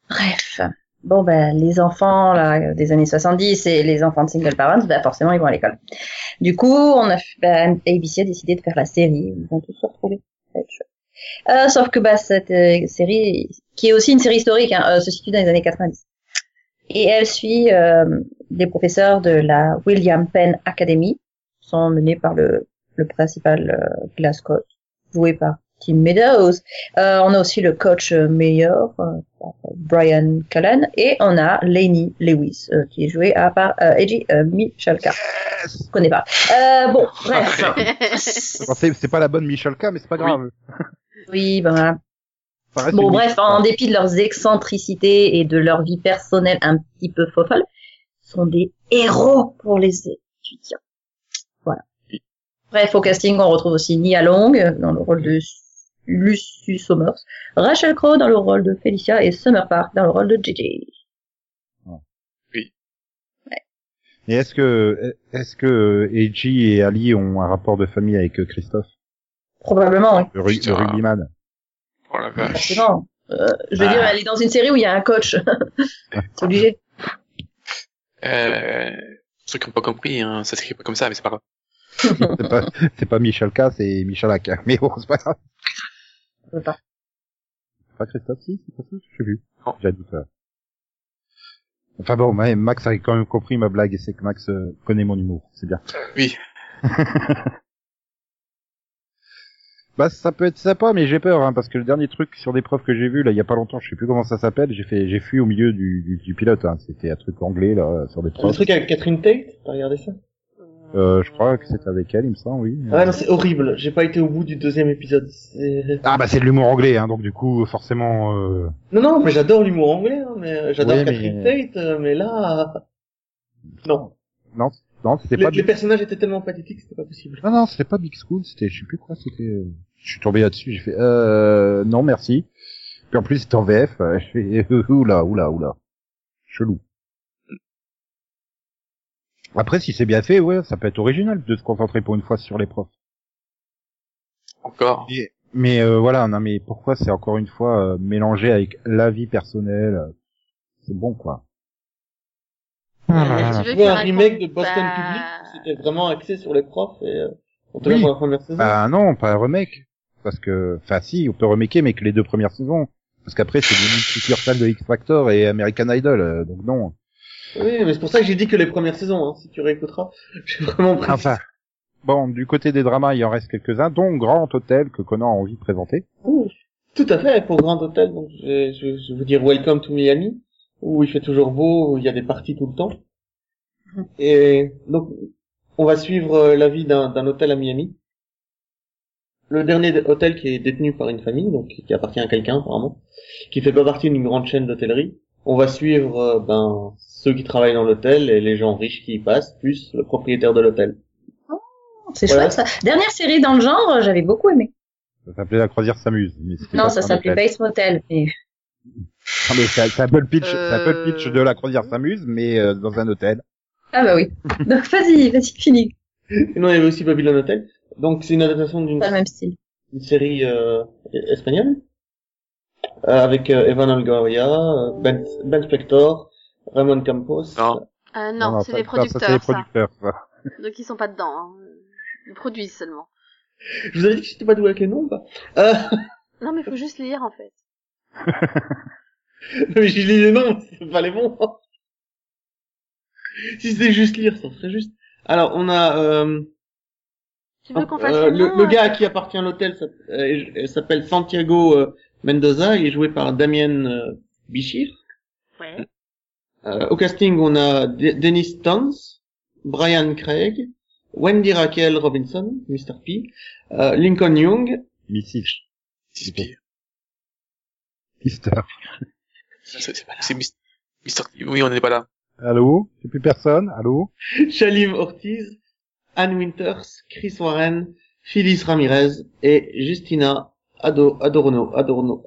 Bref. Bon ben les enfants là des années 70 et les enfants de single parents, bah forcément ils vont à l'école. Du coup, on a f- bah, ABC a décidé de faire la série, ils vont tous se retrouver. Ça va être chouette. Euh, sauf que bah cette euh, série qui est aussi une série historique hein, euh, se situe dans les années 90. Et elle suit euh, des professeurs de la William Penn Academy, qui sont menés par le le principal euh, Glasgow, joué par Tim Meadows. Euh, on a aussi le coach euh, meilleur, euh, Brian Cullen, et on a Laney Lewis, euh, qui est joué à part euh, Eiji euh, Michalka. Je connais pas. Euh, bon, bref.
Euh,
Bon, c'est c'est pas la bonne Michel K, mais c'est pas grave.
Oui, ben voilà.
Ça reste
Bon,
une
bref, hein.
Michel K.
en dépit de leurs excentricités et de leur vie personnelle un petit peu fofolle, sont des héros pour les étudiants. Voilà. Bref, au casting, on retrouve aussi Nia Long euh, dans le rôle de Su- Lucy Summers, Rachel Crowe dans le rôle de Felicia et Summer Park dans le rôle de JJ.
Et est-ce que, est-ce que Eiji et Ali ont un rapport de famille avec euh, Christophe,
Probablement, oui.
le, ru- le
Putain.
rugbyman?
Oh la vache.
Forcément. Euh, je veux
Ah.
dire, elle est dans une série où il y a un coach. C'est obligé.
Euh, ceux qui n'ont pas compris, hein, ça s'écrit pas comme ça, mais c'est pas grave.
C'est pas, c'est pas Michel K, c'est Michel K. Mais bon, c'est pas grave.
Je veux pas.
C'est pas Christophe, si, c'est pas ça, je sais plus.
Non.
J'ai un doute, là. Enfin bon, mais Max a quand même compris ma blague et c'est que Max euh, connaît mon humour, c'est bien.
Oui.
bah ça peut être sympa, mais j'ai peur hein, parce que le dernier truc sur des preuves que j'ai vu là il y a pas longtemps, je sais plus comment ça s'appelle, j'ai fait j'ai fui au milieu du, du, du pilote, hein. c'était un truc anglais là sur des
Le
preuves.
truc avec Catherine Tate, t'as regardé ça
Euh, je crois que c'était avec elle, il me semble, oui.
Ah non, c'est horrible. J'ai pas été au bout du deuxième épisode. C'est-
Ah bah c'est de l'humour anglais, hein, donc du coup forcément. euh,
Non, non, mais j'adore l'humour anglais. hein, mais j'adore
Oui, mais-
Catherine Tate, euh, mais là, euh, non.
Non, c- non, c'était
Les,
pas.
les
Big...
personnages étaient tellement pathétiques, c'était pas possible.
Non, non, c'était pas Big School, c'était, je sais plus quoi, c'était. euh, Je suis tombé là-dessus, j'ai fait, euh, non, merci. Puis en plus c'était en VF, euh, je fais, euh, oula, oula, oula, chelou. Après, si c'est bien fait, ouais, ça peut être original de se concentrer pour une fois sur les profs.
Encore.
Mais euh, voilà, non, mais pourquoi c'est encore une fois euh, mélangé avec la vie personnelle euh, C'est bon, quoi. Ah
Ah
Est-ce que tu veux
Tu
qu'il
vois, un
raconte
remake de Boston
Bah,
Public, c'était vraiment axé sur les profs et, euh, en tout cas
Oui.
pour la première saison.
Bah non, pas un remake. Parce que, enfin si, on peut remaker, mais que les deux premières saisons. Parce qu'après, c'est devenu succursale de X Factor et American Idol, euh, donc non. Ah,
Oui, mais c'est pour ça que j'ai dit que les premières saisons, hein, si tu réécouteras. J'ai vraiment pris.
Enfin, Bon, du côté des dramas, il en reste quelques-uns, dont Grand Hôtel, que Conan a envie de présenter.
Tout à fait, pour Grand Hôtel, donc je vais, je vais- je vais vous dire Welcome to Miami, où il fait toujours beau, où il y a des parties tout le temps. Et donc, on va suivre euh, la vie d'un d'un hôtel à Miami. Le dernier d- hôtel qui est détenu par une famille, donc qui appartient à quelqu'un apparemment, qui fait pas partie d'une grande chaîne d'hôtellerie. On va suivre euh, ben ceux qui travaillent dans l'hôtel et les gens riches qui y passent, plus le propriétaire de l'hôtel.
C'est
Voilà.
chouette ça. Dernière série dans le genre, j'avais beaucoup aimé.
Ça s'appelait La croisière s'amuse. mais c'était
Non,
pas
ça
un
s'appelait
hôtel.
Base Motel. Mais...
Ah, mais c'est c'est un peu le pitch,
Euh.
c'est un peu le pitch de La croisière s'amuse, mais euh, dans un hôtel.
Ah bah oui. Donc vas-y, vas-y, fini.
Sinon, il y avait aussi Babylon Hotel. Donc, c'est une adaptation d'une
Pas le même style.
une série euh, espagnole euh, avec euh, Evan Algoria, euh, ben, ben Spector, Ramon Campos.
Non.
Euh, non, c'est
ça-
des
ça, c'est les
producteurs, ça.
producteurs, ça.
Donc ils sont pas dedans. Hein. Ils produisent seulement.
Je vous avais dit que j'étais pas doué avec les noms, bah. Euh,
Non, mais faut juste lire, en fait.
mais j'ai lu les noms, c'est pas les bons. si c'était juste lire, ça serait juste. Alors, on a euh,
Tu veux qu'on fasse
euh,
les
le,
noms,
le
euh,
gars à qui appartient l'hôtel s'app- euh, il s'appelle Santiago euh, Mendoza, il est joué par Damien euh, Bichir.
Ouais.
Euh, au casting, on a De- Dennis Tons, Brian Craig, Wendy Raquel Robinson, Mr. P, euh, Lincoln Young,
Missy
Six pieds.
Pfister.
C'est c'est- c'est Mr. Mr. T. Oui, on n'est pas là.
Allô? Y'a plus personne? Allô?
Shalim Ortiz, Anne Winters, Chris Warren, Phyllis Ramirez et Justina Ado- Adorno, Adorno,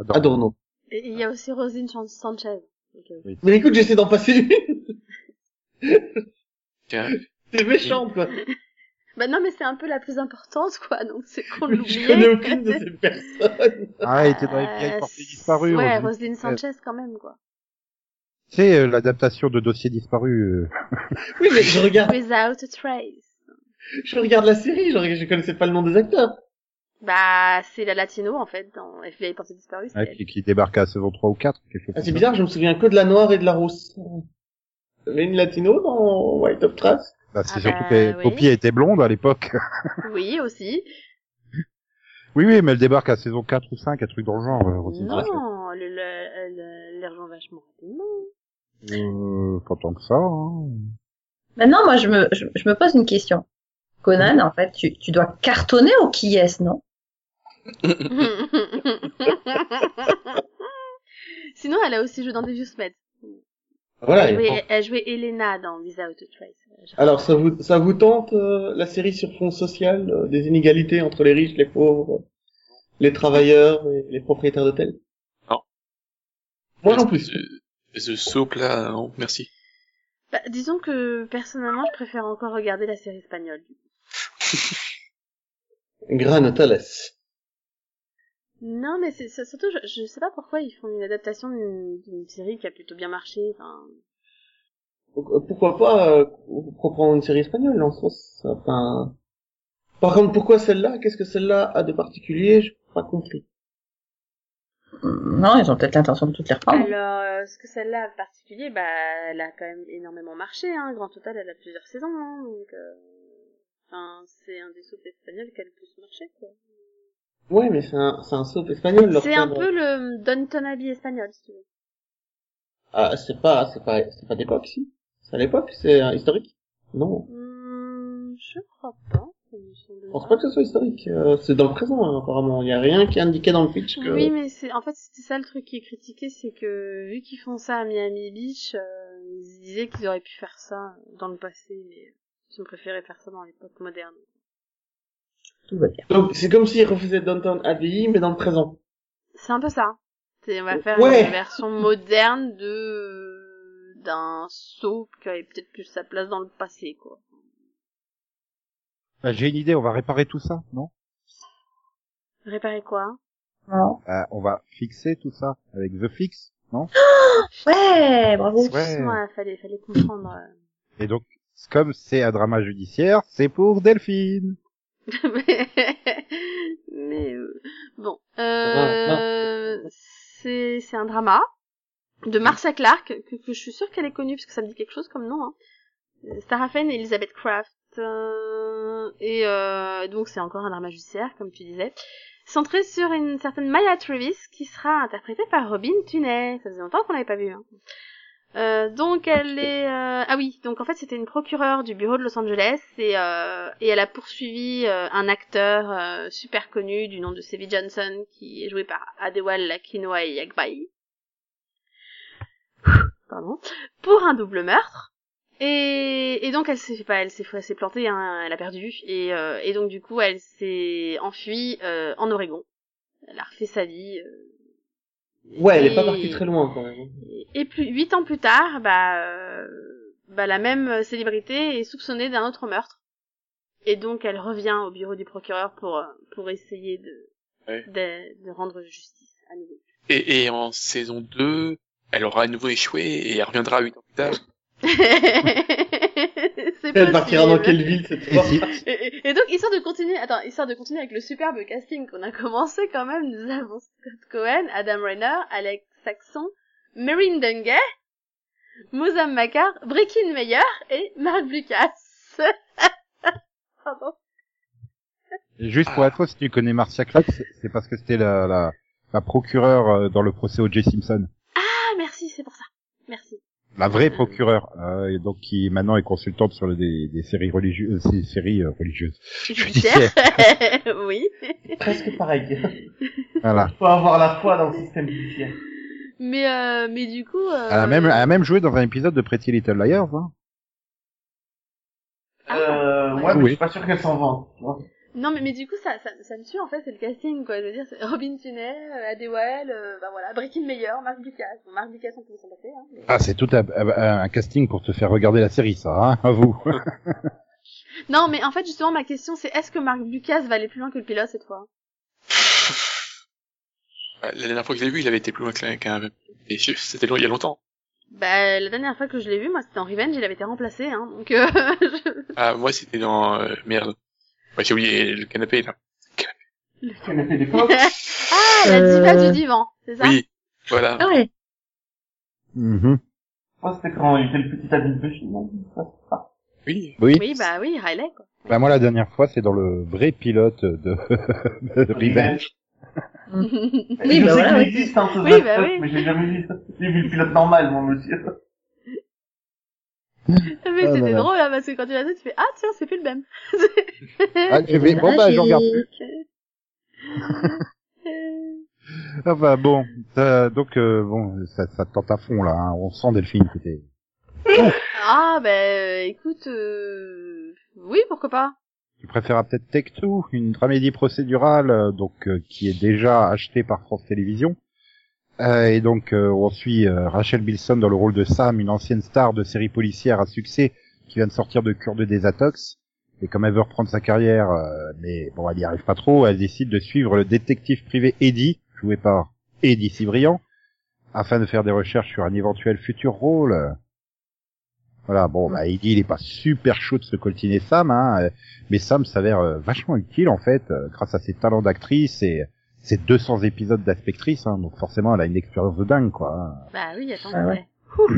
Attends.
Adorno.
Et il y a aussi Rosine Chan- Sanchez. Donc, euh,
Mais écoute, j'essaie d'en passer une.
Tiens.
C'est méchant, quoi.
Bah non, mais c'est un peu la plus importante, quoi. Donc c'est qu'on l'oublie.
Je connais aucune de ces personnes.
Ah, il était dans les vieilles portées disparues.
Euh, Ouais,
on dit. Euh,
Roselyne Sanchez quand même, quoi.
C'est euh, l'adaptation de Dossier disparu. euh.
Oui, mais je regarde,
Without a trace.
je regarde la série, je, je connaissais pas le nom des acteurs.
Bah, c'est la latino, en fait, dans FBI Portée Disparue. c'est
Ouais,
elle.
hein, qui, qui débarque à saison 3 ou 4, quelque chose
Ah, c'est
comme ça.
bizarre, je me souviens que de la noire et de la rousse. Mais une latino dans White of Trace
Bah, c'est
Ah
surtout
bah,
que
oui.
Poppy était blonde à l'époque.
Oui, aussi.
oui, oui, mais elle débarque à saison 4 ou 5, un truc dans le genre, euh, Rosine Sanchez.
Non, le, le, le, les rejoint vachement rapidement.
Euh, pas tant que ça, hein.
Maintenant, moi, je me, je, je me pose une question. Conan, en fait, tu, tu dois cartonner au qui est non
Sinon, elle a aussi joué dans Devious Med.
Voilà.
Elle
et-
jouait, elle jouait Elena dans Without a Trace.
Alors, ça vous, ça vous tente, euh, la série sur fond social, euh, des inégalités entre les riches, les pauvres, euh, les travailleurs et les propriétaires d'hôtels
Non.
Moi non plus.
The, the Soap, là, non, merci.
Bah, disons que, personnellement, je préfère encore regarder la série espagnole.
Gran Hôtels.
Non, mais c'est c'est- surtout, je, je sais pas pourquoi ils font une adaptation d'une d'une série qui a plutôt bien marché. Enfin,
Donc, euh, Pourquoi pas euh, reprendre une série espagnole en soi ça- enfin... Par contre, pourquoi celle-là Qu'est-ce que celle-là a de particulier J'ai pas compris.
Non, ils ont peut-être l'intention de toutes les
Ah.
reprendre.
Alors, euh, ce que celle-là en particulier, bah, elle a quand même énormément marché. Hein. Grand Total, elle a plusieurs saisons, hein, donc, euh, enfin, c'est un des soaps espagnols qui a le plus marché. Quoi.
Ouais, mais c'est un, c'est un soap espagnol. leur
C'est un
thème.
peu le Downton Abbey espagnol, si tu veux.
Ah, c'est pas, c'est pas, c'est pas d'époque, si. C'est à l'époque, c'est euh, historique. Non,
Hmm, je crois pas. ça me semble
je pense pas que ce soit historique. Euh, c'est dans le présent, hein, apparemment. Il y a rien qui est indiqué dans le pitch que.
Oui, mais c'est en fait c'était ça le truc qui est critiqué, c'est que vu qu'ils font ça à Miami Beach, euh, ils se disaient qu'ils auraient pu faire ça dans le passé, mais ils ont préféré faire ça dans l'époque moderne.
Tout va bien.
Donc, c'est comme s'ils refaisaient Downtown Abbey, mais dans le présent.
C'est un peu ça. C'est on va faire
Euh, Ouais.
une version moderne de d'un soap qui avait peut-être plus sa place dans le passé, quoi.
Bah, J'ai une idée, on va réparer tout ça, non
Réparer quoi
Non.
Bah, On va fixer tout ça avec The Fix, non
Ouais, bravo.
Ouais.
Excuse-moi, fallait fallait comprendre.
Et donc, c'est comme c'est un drama judiciaire, c'est pour Delphine.
mais mais, euh, bon euh, c'est c'est un drama de Marcia Clark que, que je suis sûre qu'elle est connue parce que ça me dit quelque chose comme nom hein. Starhafen et Elizabeth Craft. euh, et euh, donc c'est encore un drama judiciaire, comme tu disais. Centré sur une certaine Maya Travis qui sera interprétée par Robin Tunney. Ça faisait longtemps qu'on l'avait pas vue. hein. Euh, donc elle est euh, ah oui donc en fait c'était une procureure du bureau de Los Angeles et euh, et elle a poursuivi euh, un acteur euh, super connu du nom de Sevi Johnson qui est joué par Adewale Lakinoa et Yagbai pardon pour un double meurtre et, et donc elle s'est pas elle s'est elle s'est plantée hein, elle a perdu et euh, et donc du coup elle s'est enfuie euh, en Oregon elle a refait sa vie euh,
Ouais, elle est pas
Et-
partie très loin quand même.
et plus huit ans plus tard, bah, euh, bah la même célébrité est soupçonnée d'un autre meurtre. Et donc elle revient au bureau du procureur pour euh, pour essayer de
Ouais.
de, de rendre justice à nouveau.
Et, et en saison 2, elle aura à nouveau échoué et elle reviendra 8 ans plus tard.
C'est
Elle partira dans
possible.
quelle ville cette
Et
fois
si,
Et- et, et donc histoire de continuer, attends, histoire de continuer avec le superbe casting qu'on a commencé quand même, nous avons Scott Cohen, Adam Rayner, Alex Saxon, Maureen Dungay, Mozam Makar, Breaking Meyer et Mark Lucas. Pardon.
juste
Ah.
pour être, si tu connais Marcia Clark, c'est- c'est parce que c'était la, la, la procureure euh, dans le procès O.J. Simpson.
Ah merci, c'est pour ça. Merci.
La vraie procureure, euh, et donc qui maintenant est consultante sur le- des, des séries religieuses, des séries euh, religieuses.
Judiciaire. oui.
Presque pareil.
Voilà.
Faut avoir la foi dans le système judiciaire.
Mais euh, mais du coup. Euh...
Elle a même, elle a même joué dans un épisode de Pretty Little Liars. Hein.
Ah.
Euh, ouais, mais
Oui.
je suis pas sûr qu'elle s'en vende. tu vois.
Non, mais, mais du coup, ça, ça, ça me tue, en fait, c'est le casting, quoi. Je veux dire, c'est Robin Tunney, euh, Adewell, euh, ben voilà, Breaking Meyer, Marc Ducasse. Bon, Marc Ducasse, on peut s'en passer, hein. mais-
Ah, c'est tout un, un- un casting pour te faire regarder la série, ça, hein, à vous.
Non, mais en fait, justement, ma question, c'est est-ce que Marc Ducasse va aller plus loin que le pilote cette fois
La dernière fois que je l'ai vu, il avait été plus loin qu'un- qu'un... et je- C'était long- il y a longtemps.
Bah, la dernière fois que je l'ai vu, moi, c'était en Revenge, il avait été remplacé, hein, donc... euh, je-
Ah, moi, c'était dans... euh, merde. Ouais, j'ai oublié le canapé, là.
Canapé de coq.
ah, la diva
Euh.
du divan, c'est ça
Oui, voilà.
Ah Ouais.
Mhm.
Moi, c'était quand il était le petit habit de Buffy, non Ça, c'est ça.
Oui.
Oui.
Oui, bah oui, Riley, quoi.
Bah, moi, la dernière fois, c'est dans le vrai pilote de Revenge.
Je
Oui,
sais
bah voilà,
qu'il
oui.
existe, hein, ce
Oui,
Zap
bah
Top,
oui.
mais j'ai jamais vu ça. J'ai vu le pilote normal, mon monsieur.
Mais
Ah,
c'était
là, là.
drôle, là, parce que quand tu l'as vu, tu fais « Ah, tiens, c'est plus le même
Ah, je vais- bon, bah, je regarde plus.
Euh,
Ah, bah, bon. Ça- donc, euh, bon, ça, ça te tente à fond, là. hein. On sent Delphine que t'es...
Ah, bah, écoute... euh, Oui, pourquoi pas
Tu préféreras peut-être Take Two, une dramédie procédurale, euh, donc euh, qui est déjà achetée par France Télévisions. Euh, et donc euh, on suit euh, Rachel Bilson dans le rôle de Sam, une ancienne star de série policière à succès qui vient de sortir de cure de désatox. Et comme elle veut reprendre sa carrière, euh, mais bon, elle n'y arrive pas trop, elle décide de suivre le détective privé Eddie, joué par Eddie Cibrian, afin de faire des recherches sur un éventuel futur rôle. Voilà, bon, bah, Eddie, il est pas super chaud de se coltiner Sam, hein, euh, mais Sam s'avère euh, vachement utile en fait euh, grâce à ses talents d'actrice et ses 200 épisodes d'aspectrice hein, donc forcément elle a une expérience de dingue quoi. hein.
Bah oui, attends,
Ah ouais.
ouais.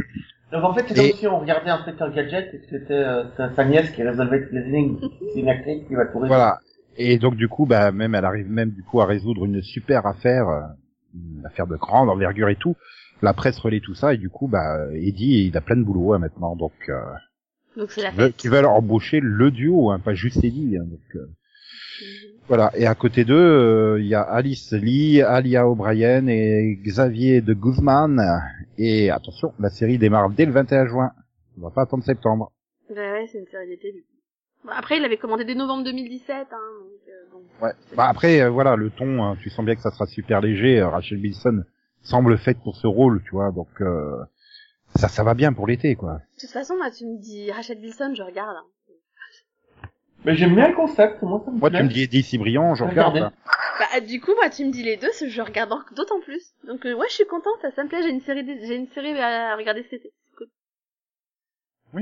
Donc, en fait, c'est
Et-
comme si on regardait Inspecteur Gadget et que c'était euh, sa sa nièce qui résolvait toutes les énigmes. C'est une actrice qui va tout résoudre.
Voilà. Et donc du coup bah même elle arrive même du coup à résoudre une super affaire euh, une affaire de grande envergure et tout. La presse relaie tout ça et du coup bah Eddie il a plein de boulot hein, maintenant donc euh,
Donc c'est la
veulent-
fête.
qui veulent embaucher le duo, hein, pas juste Ellie. hein, donc, euh,
Mhm.
voilà. Et à côté d'eux, euh, il y a Alice Lee, Alia O'Brien et Xavier de Guzman. Et attention, la série démarre dès le 21 juin. On va pas attendre septembre.
Bah ouais, c'est une série d'été du coup. Bon, après, il avait commandé dès novembre 2017, hein, donc euh, bon.
Ouais. Bah après, euh, voilà, le ton, hein, tu sens bien que ça sera super léger. euh, Rachel Wilson semble faite pour ce rôle, tu vois. Donc euh, ça, ça va bien pour l'été, quoi.
De toute façon, moi, tu me dis Rachel Wilson, je regarde. hein.
Mais j'aime bien le concept, moi ça me
Moi,
plaît.
tu me dis Eddie Cibrian, je regarde.
Regardez.
hein.
Bah, du coup, moi, tu me dis les deux, c'est- je regarde en- d'autant plus. Donc, euh, ouais, je suis contente, ça, ça me plaît, j'ai une série, d- j'ai une série à regarder cet été. C'est cool.
Euh,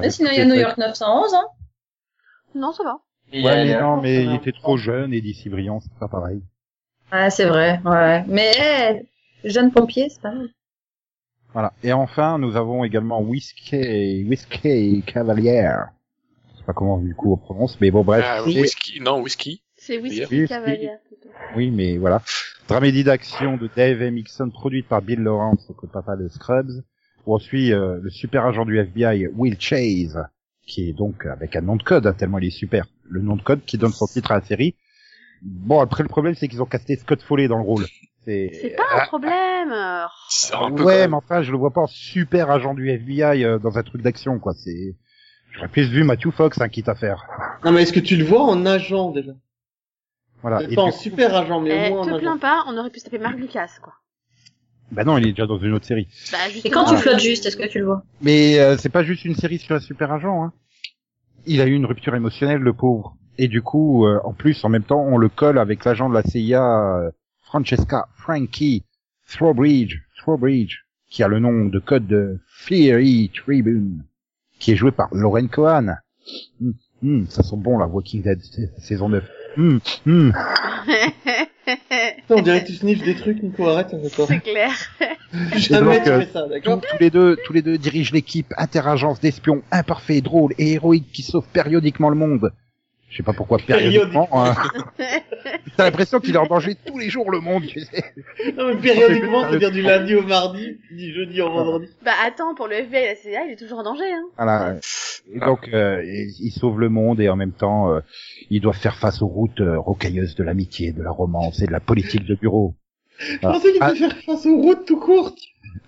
Et Ah, sinon, il y a New York 911, hein.
Non, ça va.
Mais
Ouais,
elle
mais
est
non,
forte,
mais il
hein.
était trop jeune, Eddie Cibrian, c'est pas pareil.
Ouais, c'est vrai, ouais. Mais, eh, jeune pompier, c'est pas mal.
Voilà. Et enfin, nous avons également Whiskey, Whiskey Cavalier. Je sais pas comment du coup on prononce, mais bon bref.
Ah,
c'est-
whisky, non, whisky.
C'est
Oui,
Whisky
c'est-
Cavalier. plutôt.
Oui, mais voilà. Dramédie d'action de Dave M. Hickson, produite par Bill Lawrence, donc le papa de Scrubs. Où on suit euh, le super agent du FBI, Will Chase, qui est donc avec un nom de code, hein, tellement il est super. Le nom de code qui donne son titre à la série. Bon, après le problème, c'est qu'ils ont casté Scott Foley dans le rôle.
C'est pas
Ah.
un problème. euh,
C'est un peu
ouais,
comme-
mais enfin, je le vois pas en super agent du FBI euh, dans un truc d'action, quoi. C'est, j'aurais plus vu Matthew Fox, hein, quitte à faire.
Non, mais est-ce que tu le vois en agent, déjà?
Voilà.
C'est
Ah, Et
pas
du
en
coup-
super agent, mais
Eh,
au moins en
te
agent.
plains pas, on aurait pu se taper Marc Lucas, quoi.
Bah non, il est déjà dans une autre série.
Bah,
Et
justement,
quand tu flottes juste, est-ce que tu le vois
Mais euh, c'est pas juste une série sur un super agent. Hein. Il a eu une rupture émotionnelle, le pauvre. Et du coup, euh, en plus, en même temps, on le colle avec l'agent de la CIA, euh, Francesca Frankie Throwbridge, Throwbridge, qui a le nom de code de Fury Tribune, qui est joué par Lauren Cohan. Hum, hum, ça sent bon la Walking Dead sa- saison 9. Hum, hum.
Putain, on dirait que tu sniffes des trucs, Nico, arrête, ça fait peur.
c'est clair.
Jamais
donc,
tu
euh,
fais ça,
Tous,
d'accord?
tous les deux, tous les deux dirigent l'équipe interagence d'espions imparfaits, drôles et héroïques qui sauvent périodiquement le monde. Je sais pas pourquoi périodiquement. hein. T'as l'impression qu'il est en danger tous les jours le monde. Tu sais.
Non, mais périodiquement, c'est-à-dire
Ah,
du lundi au mardi, du jeudi au vendredi.
Bah, attends, pour le FBI et la CIA, il est toujours en danger, hein.
Voilà. Et donc euh, ils ils sauvent le monde et en même temps euh, ils doivent faire face aux routes euh, rocailleuses de l'amitié, de la romance et de la politique de bureau.
Je pensais qu'il
Ah.
allait faire face aux routes tout court.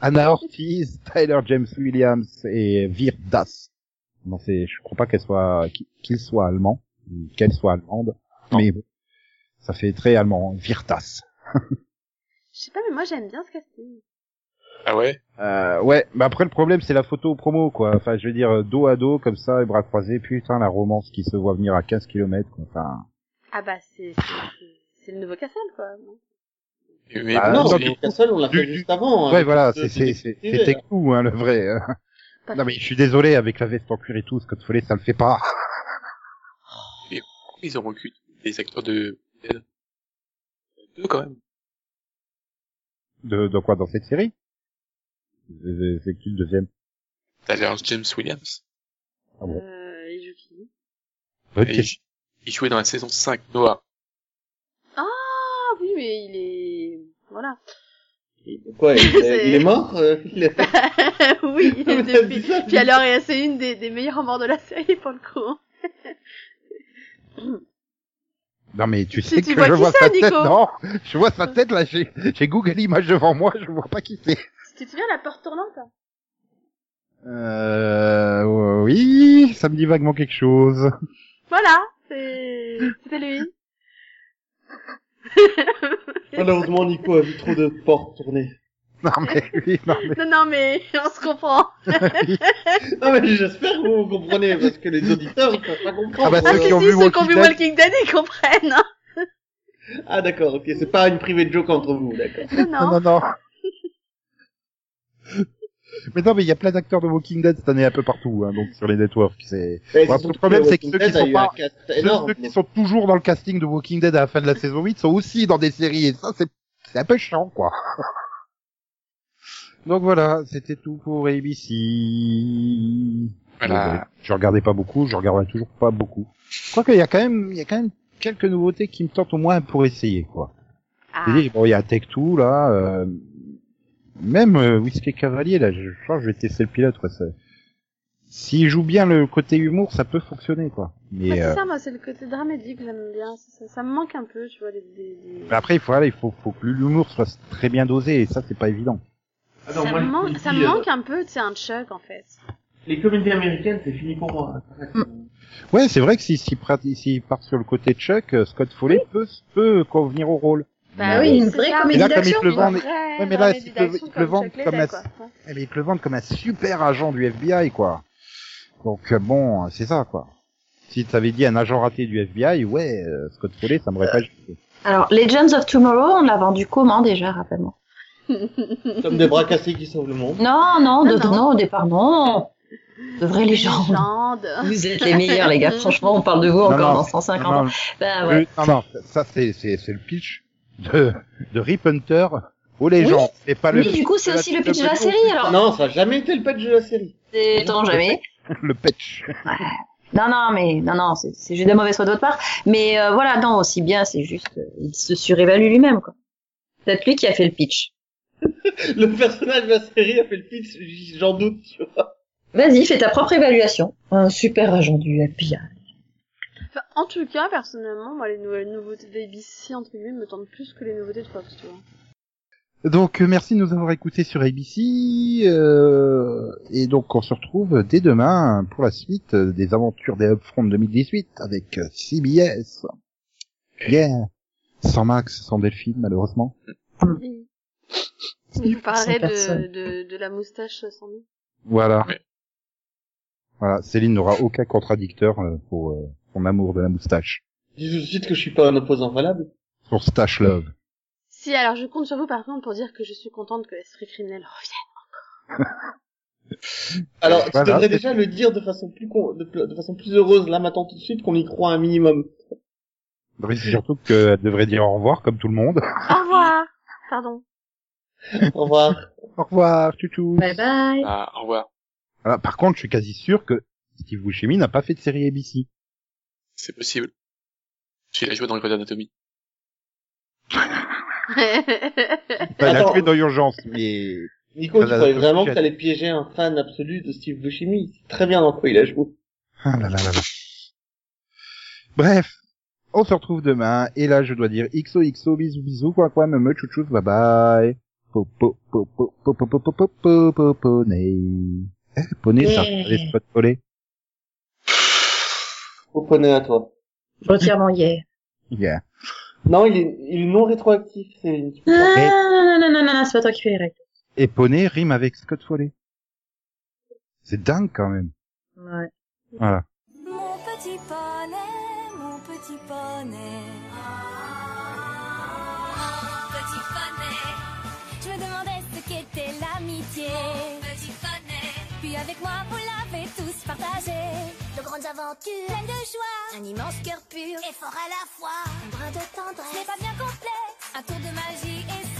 Anna Ortiz, Tyler James Williams et Vir Das. Non, c'est, je crois pas qu'elle soit, qu'il soit allemand, ou qu'elle soit allemande,
Non.
mais bon, ça fait très allemand, Vir Das.
Je sais pas, mais moi j'aime bien ce casting.
Ah ouais.
Euh, ouais, mais après le problème c'est la photo promo quoi. Enfin, je veux dire euh, dos à dos comme ça, les bras croisés, putain la romance qui se voit venir à 15 km quoi. Enfin,
Ah bah, c'est, c'est- c'est, c'est le nouveau Castle, quoi.
Mais
Bah, Ah,
non,
bon,
non,
c'est-
mais Castle, on l'a
du-
fait
du-
juste avant. hein, euh,
ouais
avec
voilà,
ce-
c'est
ce
c'est c'est
détective
c'était
privé, là.
cool hein, le vrai. euh.
Pas
Non mais je suis désolé avec la veste en cuir et tout, Scott Foley ça le fait pas.
ils ont recruté des acteurs de deux quand même.
De, de quoi dans cette série Euh, C'est qui le deuxième
D'ailleurs, James Williams.
Ah bon.
Euh, il joue qui
Bonne
Et
question.
il- il jouait dans la saison 5 Noah.
Ah oui, mais il est... Voilà.
Quoi, il,
C'est-
est... il est mort euh, il est-
oui,
Ah, mais t'as dit
depuis...
ça,
Puis alors, et c'est une des, des meilleures morts de la série, pour le coup. hein.
Non mais tu
Si,
sais
tu
que
vois
je
qui
vois
c'est,
sa tête,
Nico
non Je vois sa tête là, j'ai j'ai Google Images devant moi, je vois pas qui c'est.
Tu te souviens de la porte tournante hein.
Euh... Oui, ça me dit vaguement quelque chose.
Voilà, c'est... C'était lui.
Ah
Malheureusement, Nico a vu trop de portes tourner.
Non mais oui, non mais...
Non, non, mais on se comprend.
Non, Ah, mais j'espère que vous comprenez, parce que les auditeurs, ils peuvent pas
Ah
comprendre.
bah
Ah
ceux
si,
qui ont
si,
vu
ceux qui ont vu
Walking
Walking
Dead-
Dead, ils comprennent. hein.
Ah, d'accord, ok, c'est pas une privée de joke entre vous, d'accord.
Non, non.
Non, non, non. mais non mais il y a plein d'acteurs de Walking Dead cette année un peu partout, hein, donc sur les networks, c'est...
Mais
Bah,
surtout
le problème,
que
c'est que
Walking
ceux qui
Dead a
sont
eu
pas-
un cast
Ceux,
énorme,
ceux qui
donc.
sont toujours dans le casting de Walking Dead à la fin de la saison 8 sont aussi dans des séries, et ça c'est c'est un peu chiant quoi. Donc voilà, c'était tout pour ABC.
Bah,
Voilà.
Ah, Je regardais pas beaucoup, je regardais toujours pas beaucoup. Je crois qu'il y a quand même, il y a quand même quelques nouveautés qui me tentent au moins pour essayer, quoi.
Ah,
Je dis, bon, il y a Tech 2, là, euh, même euh, Whiskey Cavalier, là, je, je crois que je vais tester le pilote, quoi. ça- S'il joue bien le côté humour, ça peut fonctionner, quoi.
Ah,
Mais,
c'est
euh,
ça, moi, c'est le côté dramédique que j'aime bien. Ça, ça- ça me manque un peu, tu vois, des... des- des-
mais après, il faut, voilà, il faut, faut que l'humour soit très bien dosé, et ça, c'est pas évident.
Ah non,
Ça
moi,
me
les
manque, ça me
comédies, euh,
manque un peu, c'est un Chuck, en fait.
Les comédies américaines, c'est fini pour moi.
Ouais, c'est vrai que s'il s'il prat- s'il part sur le côté de Chuck, euh, Scott Foley peut, peut convenir au rôle.
Bah oui, une
c'est
vraie
ça.
comédie
Et là, comme ils
d'action.
te le vendent,
Ouais,
Ouais, mais
non,
là,
du
s'ils te le-
Dyson
ils te le vendent
Chuck
comme
Liddell,
la-
quoi. Ouais.
Eh bien, ils te le vendent comme un super agent du FBI, quoi. Donc euh, bon, euh, c'est ça, quoi. Si t'avais dit un agent raté du FBI, ouais, euh, Scott Foley, ça m'aurait pas gêné.
Alors, Legends of Tomorrow, on l'a vendu comment déjà, rappelle-moi
Comme des bras cassés qui sauvent le monde.
Non, non, de...
Ah, non.
non. au départ, non. De vraies légendes.
Légende.
Vous êtes les meilleurs, les gars. Franchement, on parle de vous encore
non,
dans 150
Non,
ans. Bah
non,
ouais.
le- non, non, ça c'est c'est c'est le pitch de de Rip Hunter Oh les
Oui.
gens, et pas
Mais
le.
du coup, c'est aussi le pitch de la série, alors.
Non, ça n'a jamais été le patch de la série.
C'est- Tant jamais.
Le patch.
Non, non, mais non, non, c'est c'est juste de la mauvaise foi de votre part. Mais euh, voilà, non, aussi bien, c'est juste, euh, il se surévalue lui-même, quoi. C'est peut-être lui qui a fait le pitch.
Le personnage de la série a fait le pitch, j- j'en doute, tu vois.
Vas-y, fais ta propre évaluation. Un super agent du FBI.
Enfin, en tout cas, personnellement, moi, les nouvelles nouveautés d'ABC, entre guillemets, me tentent plus que les nouveautés de Fox, tu vois.
Donc euh, merci de nous avoir écoutés sur ABC euh, et donc on se retrouve dès demain pour la suite euh, des aventures des Upfront 2018 avec euh, CBS. Yeah. Sans Max, sans Delphine malheureusement.
Oui. Je vous parlerai de,
personne.
de, de la moustache euh, sans nez.
Voilà.
Ouais.
Voilà, Céline n'aura aucun contradicteur euh, pour euh, son amour de la moustache.
Dis tout de suite que je suis pas un opposant valable.
Son stache love.
Si, alors je compte sur vous par contre pour dire que je suis contente que l'esprit criminel revienne.
Alors, tu
Voilà,
devrais
c'est-
déjà le dire de façon plus con- de, de façon plus heureuse là maintenant tout de suite qu'on y croit un minimum.
Mais c'est Surtout qu'elle devrait dire au revoir comme tout le monde.
Au revoir Pardon.
Au revoir.
Au revoir, toutou.
Bye bye.
Ah, au revoir.
Voilà, par contre, je suis quasi sûr que Steve Buscemi n'a pas fait de série ABC.
C'est possible. J'ai la joué dans le Grey's Anatomy.
Enfin, il a
Attends.
joué dans Urgence, mais...
Nico,
Ça
tu
va,
croyais
ça
vraiment
suffit.
que t'allais piéger un fan absolu de Steve Buscemi. C'est Très bien dans quoi il a joué.
Ah là là là là. Bref, on se retrouve demain, et là, je dois dire XOXO, bisous bisous, quoi quoi, me me chouchous, bye bye. Po po po po po po po po po po po poney. Eh, poney, ça
Yeah.
laisse pas de voler.
Au poney à toi.
Je retire mon yeah.
Yeah.
Non, il est, il est non rétroactif, Céline.
Ah, non, non, non, non, non, c'est pas toi qui fais les règles.
Et poney rime avec Scott Foley. C'est dingue, quand même.
Ouais.
Voilà.
Mon petit poney, mon petit poney. Mon petit poney. Je me demandais ce qu'était l'amitié. Mon petit poney. Puis avec moi, vous l'avez tous partagé. De grandes aventures, pleines de joie. Un immense cœur pur et fort à la fois. Un brin de tendresse, n'est pas bien complet. Un tour de magie et